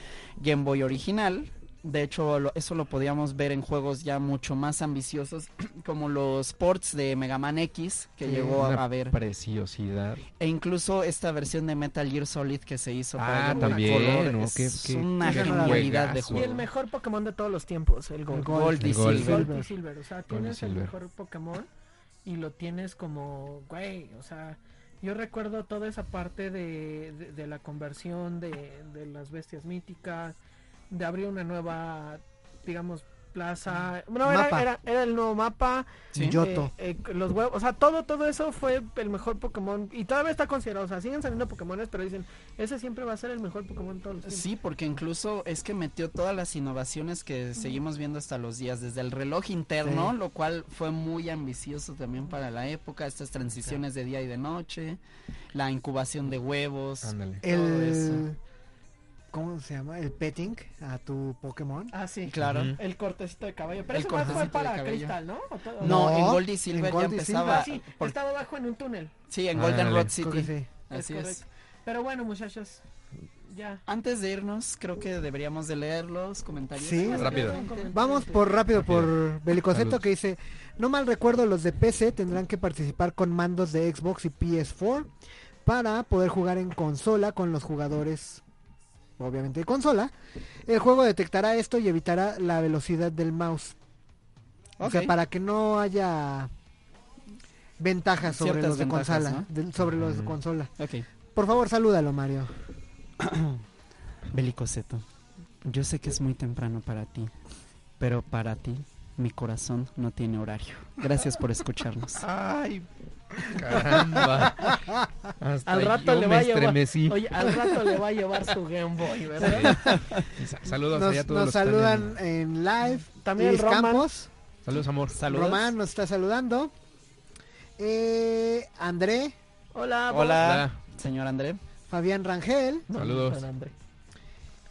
Game Boy original. De hecho, lo- eso lo podíamos ver en juegos ya mucho más ambiciosos, como los ports de Mega Man X, que
Sí,
llegó a,
Una
a ver.
Preciosidad.
E incluso esta versión de Metal Gear Solid que se hizo Game
Ah,
Boy
también,
Color
¿no?
es
Qué- qué-
una
qué
genialidad de
juegazo.
juego.
Y el mejor Pokémon de todos los tiempos, el Gold.
Gold y
El Gold.
Silver.
Gold y Silver. O sea, tienes el
Silver.
mejor Pokémon y lo tienes como, güey, o sea, yo recuerdo toda esa parte de, de, de la conversión de, de las bestias míticas, de abrir una nueva, digamos, plaza. No, era,
Mapa.
era, era el nuevo mapa.
Sí.
Yoto.
eh, eh, los huevos, o sea, todo, todo eso fue el mejor Pokémon y todavía está considerado, o sea, siguen saliendo Pokémones, pero dicen, ese siempre va a ser el mejor Pokémon de todos los tiempos.
Sí, porque incluso es que metió todas las innovaciones que seguimos viendo hasta los días, desde el reloj interno, lo cual fue muy ambicioso también para la época, estas transiciones de día y de noche, la incubación de huevos.
Ándale.
todo eso.
el ¿Cómo se llama? El petting a tu Pokémon.
Ah, sí.
Claro.
Ujú.
El cortecito de cabello. Pero
El
eso más fue
cortecito de
para
cabello.
Crystal, ¿no? ¿O todo-
No,
No,
en Gold y
en
Silver ya
Gold y
empezaba.
Ah, sí,
por-
estaba abajo en un túnel.
sí, en
Ah,
Golden
ándale.
Road
Creo
City.
que sí.
Así
es
es.
correcto. Pero bueno, muchachos, ya.
Antes de irnos, creo que deberíamos de leer los comentarios.
Sí.
Rápido.
Vamos por rápido por Belicocepto
Saludos.
que dice, no mal recuerdo los de PC tendrán que participar con mandos de Xbox y PS4 para poder jugar en consola con los jugadores, obviamente de consola. El juego detectará esto y evitará la velocidad del mouse. O sea,
Ok.
para que no haya ventajas sobre
Ciertas
los de
ventajas,
consola,
¿no?
del- sobre los de
Ujú.
consola.
Ok.
Por favor, salúdalo, Mario.
Belicoseto, yo sé que es muy temprano para ti, pero para ti mi corazón no tiene horario. Gracias por escucharnos.
Ay, caramba. Hasta
Al rato
yo
le
me
va a llevar-
estremecí.
Oye, al rato le va a llevar su Game Boy, ¿verdad?
Sí. Y sa- Saludos allá a
Nos,
todos los
nos
que están
saludan
en-
en live.
También el
Luis
Roman.
Campos.
Saludos, amor.
Saludos.
Román nos está saludando. Eh, André,
Hola, vos.
Hola, señor André.
Fabián Rangel
No,
Saludos.
San André.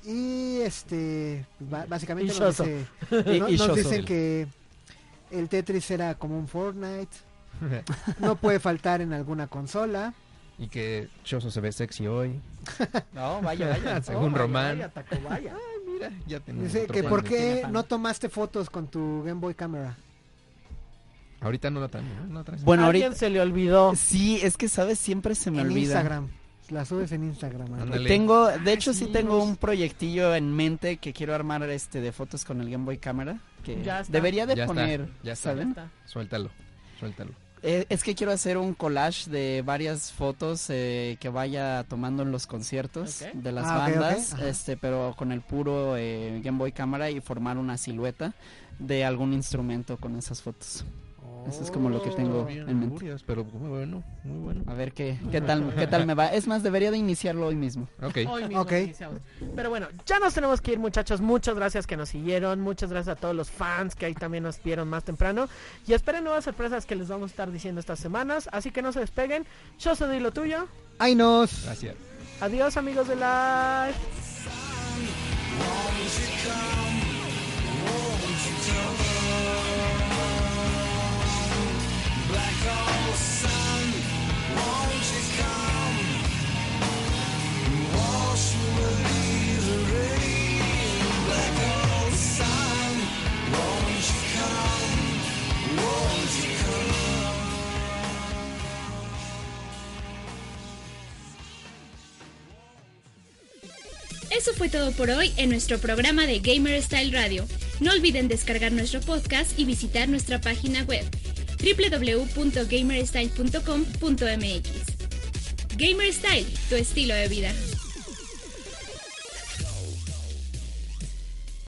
y este ba- básicamente
Y
nos,
Shoso.
dice-
Y-
no-
y
nos
Shoso.
dicen que el Tetris era como un Fortnite, no puede faltar en alguna consola.
y que Choso se ve sexy hoy.
No, vaya, vaya.
Según
vaya,
Román.
vaya, Tacubaya.
Mira, ya tenemos
Dice
Mm, otro
que
fan.
por
tiene
qué
fan.
no tomaste fotos con tu Game Boy Camera.
Ahorita no la traen, ¿no? No traes.
Bueno,
¿A
ahorita.
alguien se le olvidó.
Sí, es que, ¿sabes? Siempre se me
en
olvida.
Instagram. La subes en Instagram. André.
Ándale.
pues Tengo, de hecho sí,
sí,
tengo
los-
un proyectillo en mente que quiero armar este de fotos con el Game Boy Camera que
Ya está.
debería de
Ya está,
poner,
ya está.
¿saben?
Suéltalo, suéltalo.
Eh, es que quiero hacer un collage de varias fotos eh, que vaya tomando en los conciertos
Ok.
de las
Ah, ok, ok,
bandas,
ajá.
este, pero con el puro eh, Game Boy Camera y formar una silueta de algún instrumento con esas fotos. Eso es como lo
Oh,
que tengo en mente.
Pero muy bueno, muy bueno.
A ver qué, qué tal, qué tal me va. Es más, debería de iniciarlo hoy mismo.
Ok,
Hoy mismo
Ok.
iniciamos. Pero bueno, ya nos tenemos que ir, muchachos. Muchas gracias que nos siguieron. Muchas gracias a todos los fans que ahí también nos vieron más temprano. Y esperen nuevas sorpresas que les vamos a estar diciendo estas semanas. Así que no se despeguen. Yo soy lo tuyo.
Ay, nos.
gracias.
Adiós, amigos de Live.
Eso fue todo por hoy en nuestro programa de Gamer Style Radio. No olviden descargar nuestro podcast y visitar nuestra página web www.gamerstyle.com.mx. Gamer Style, tu estilo de vida.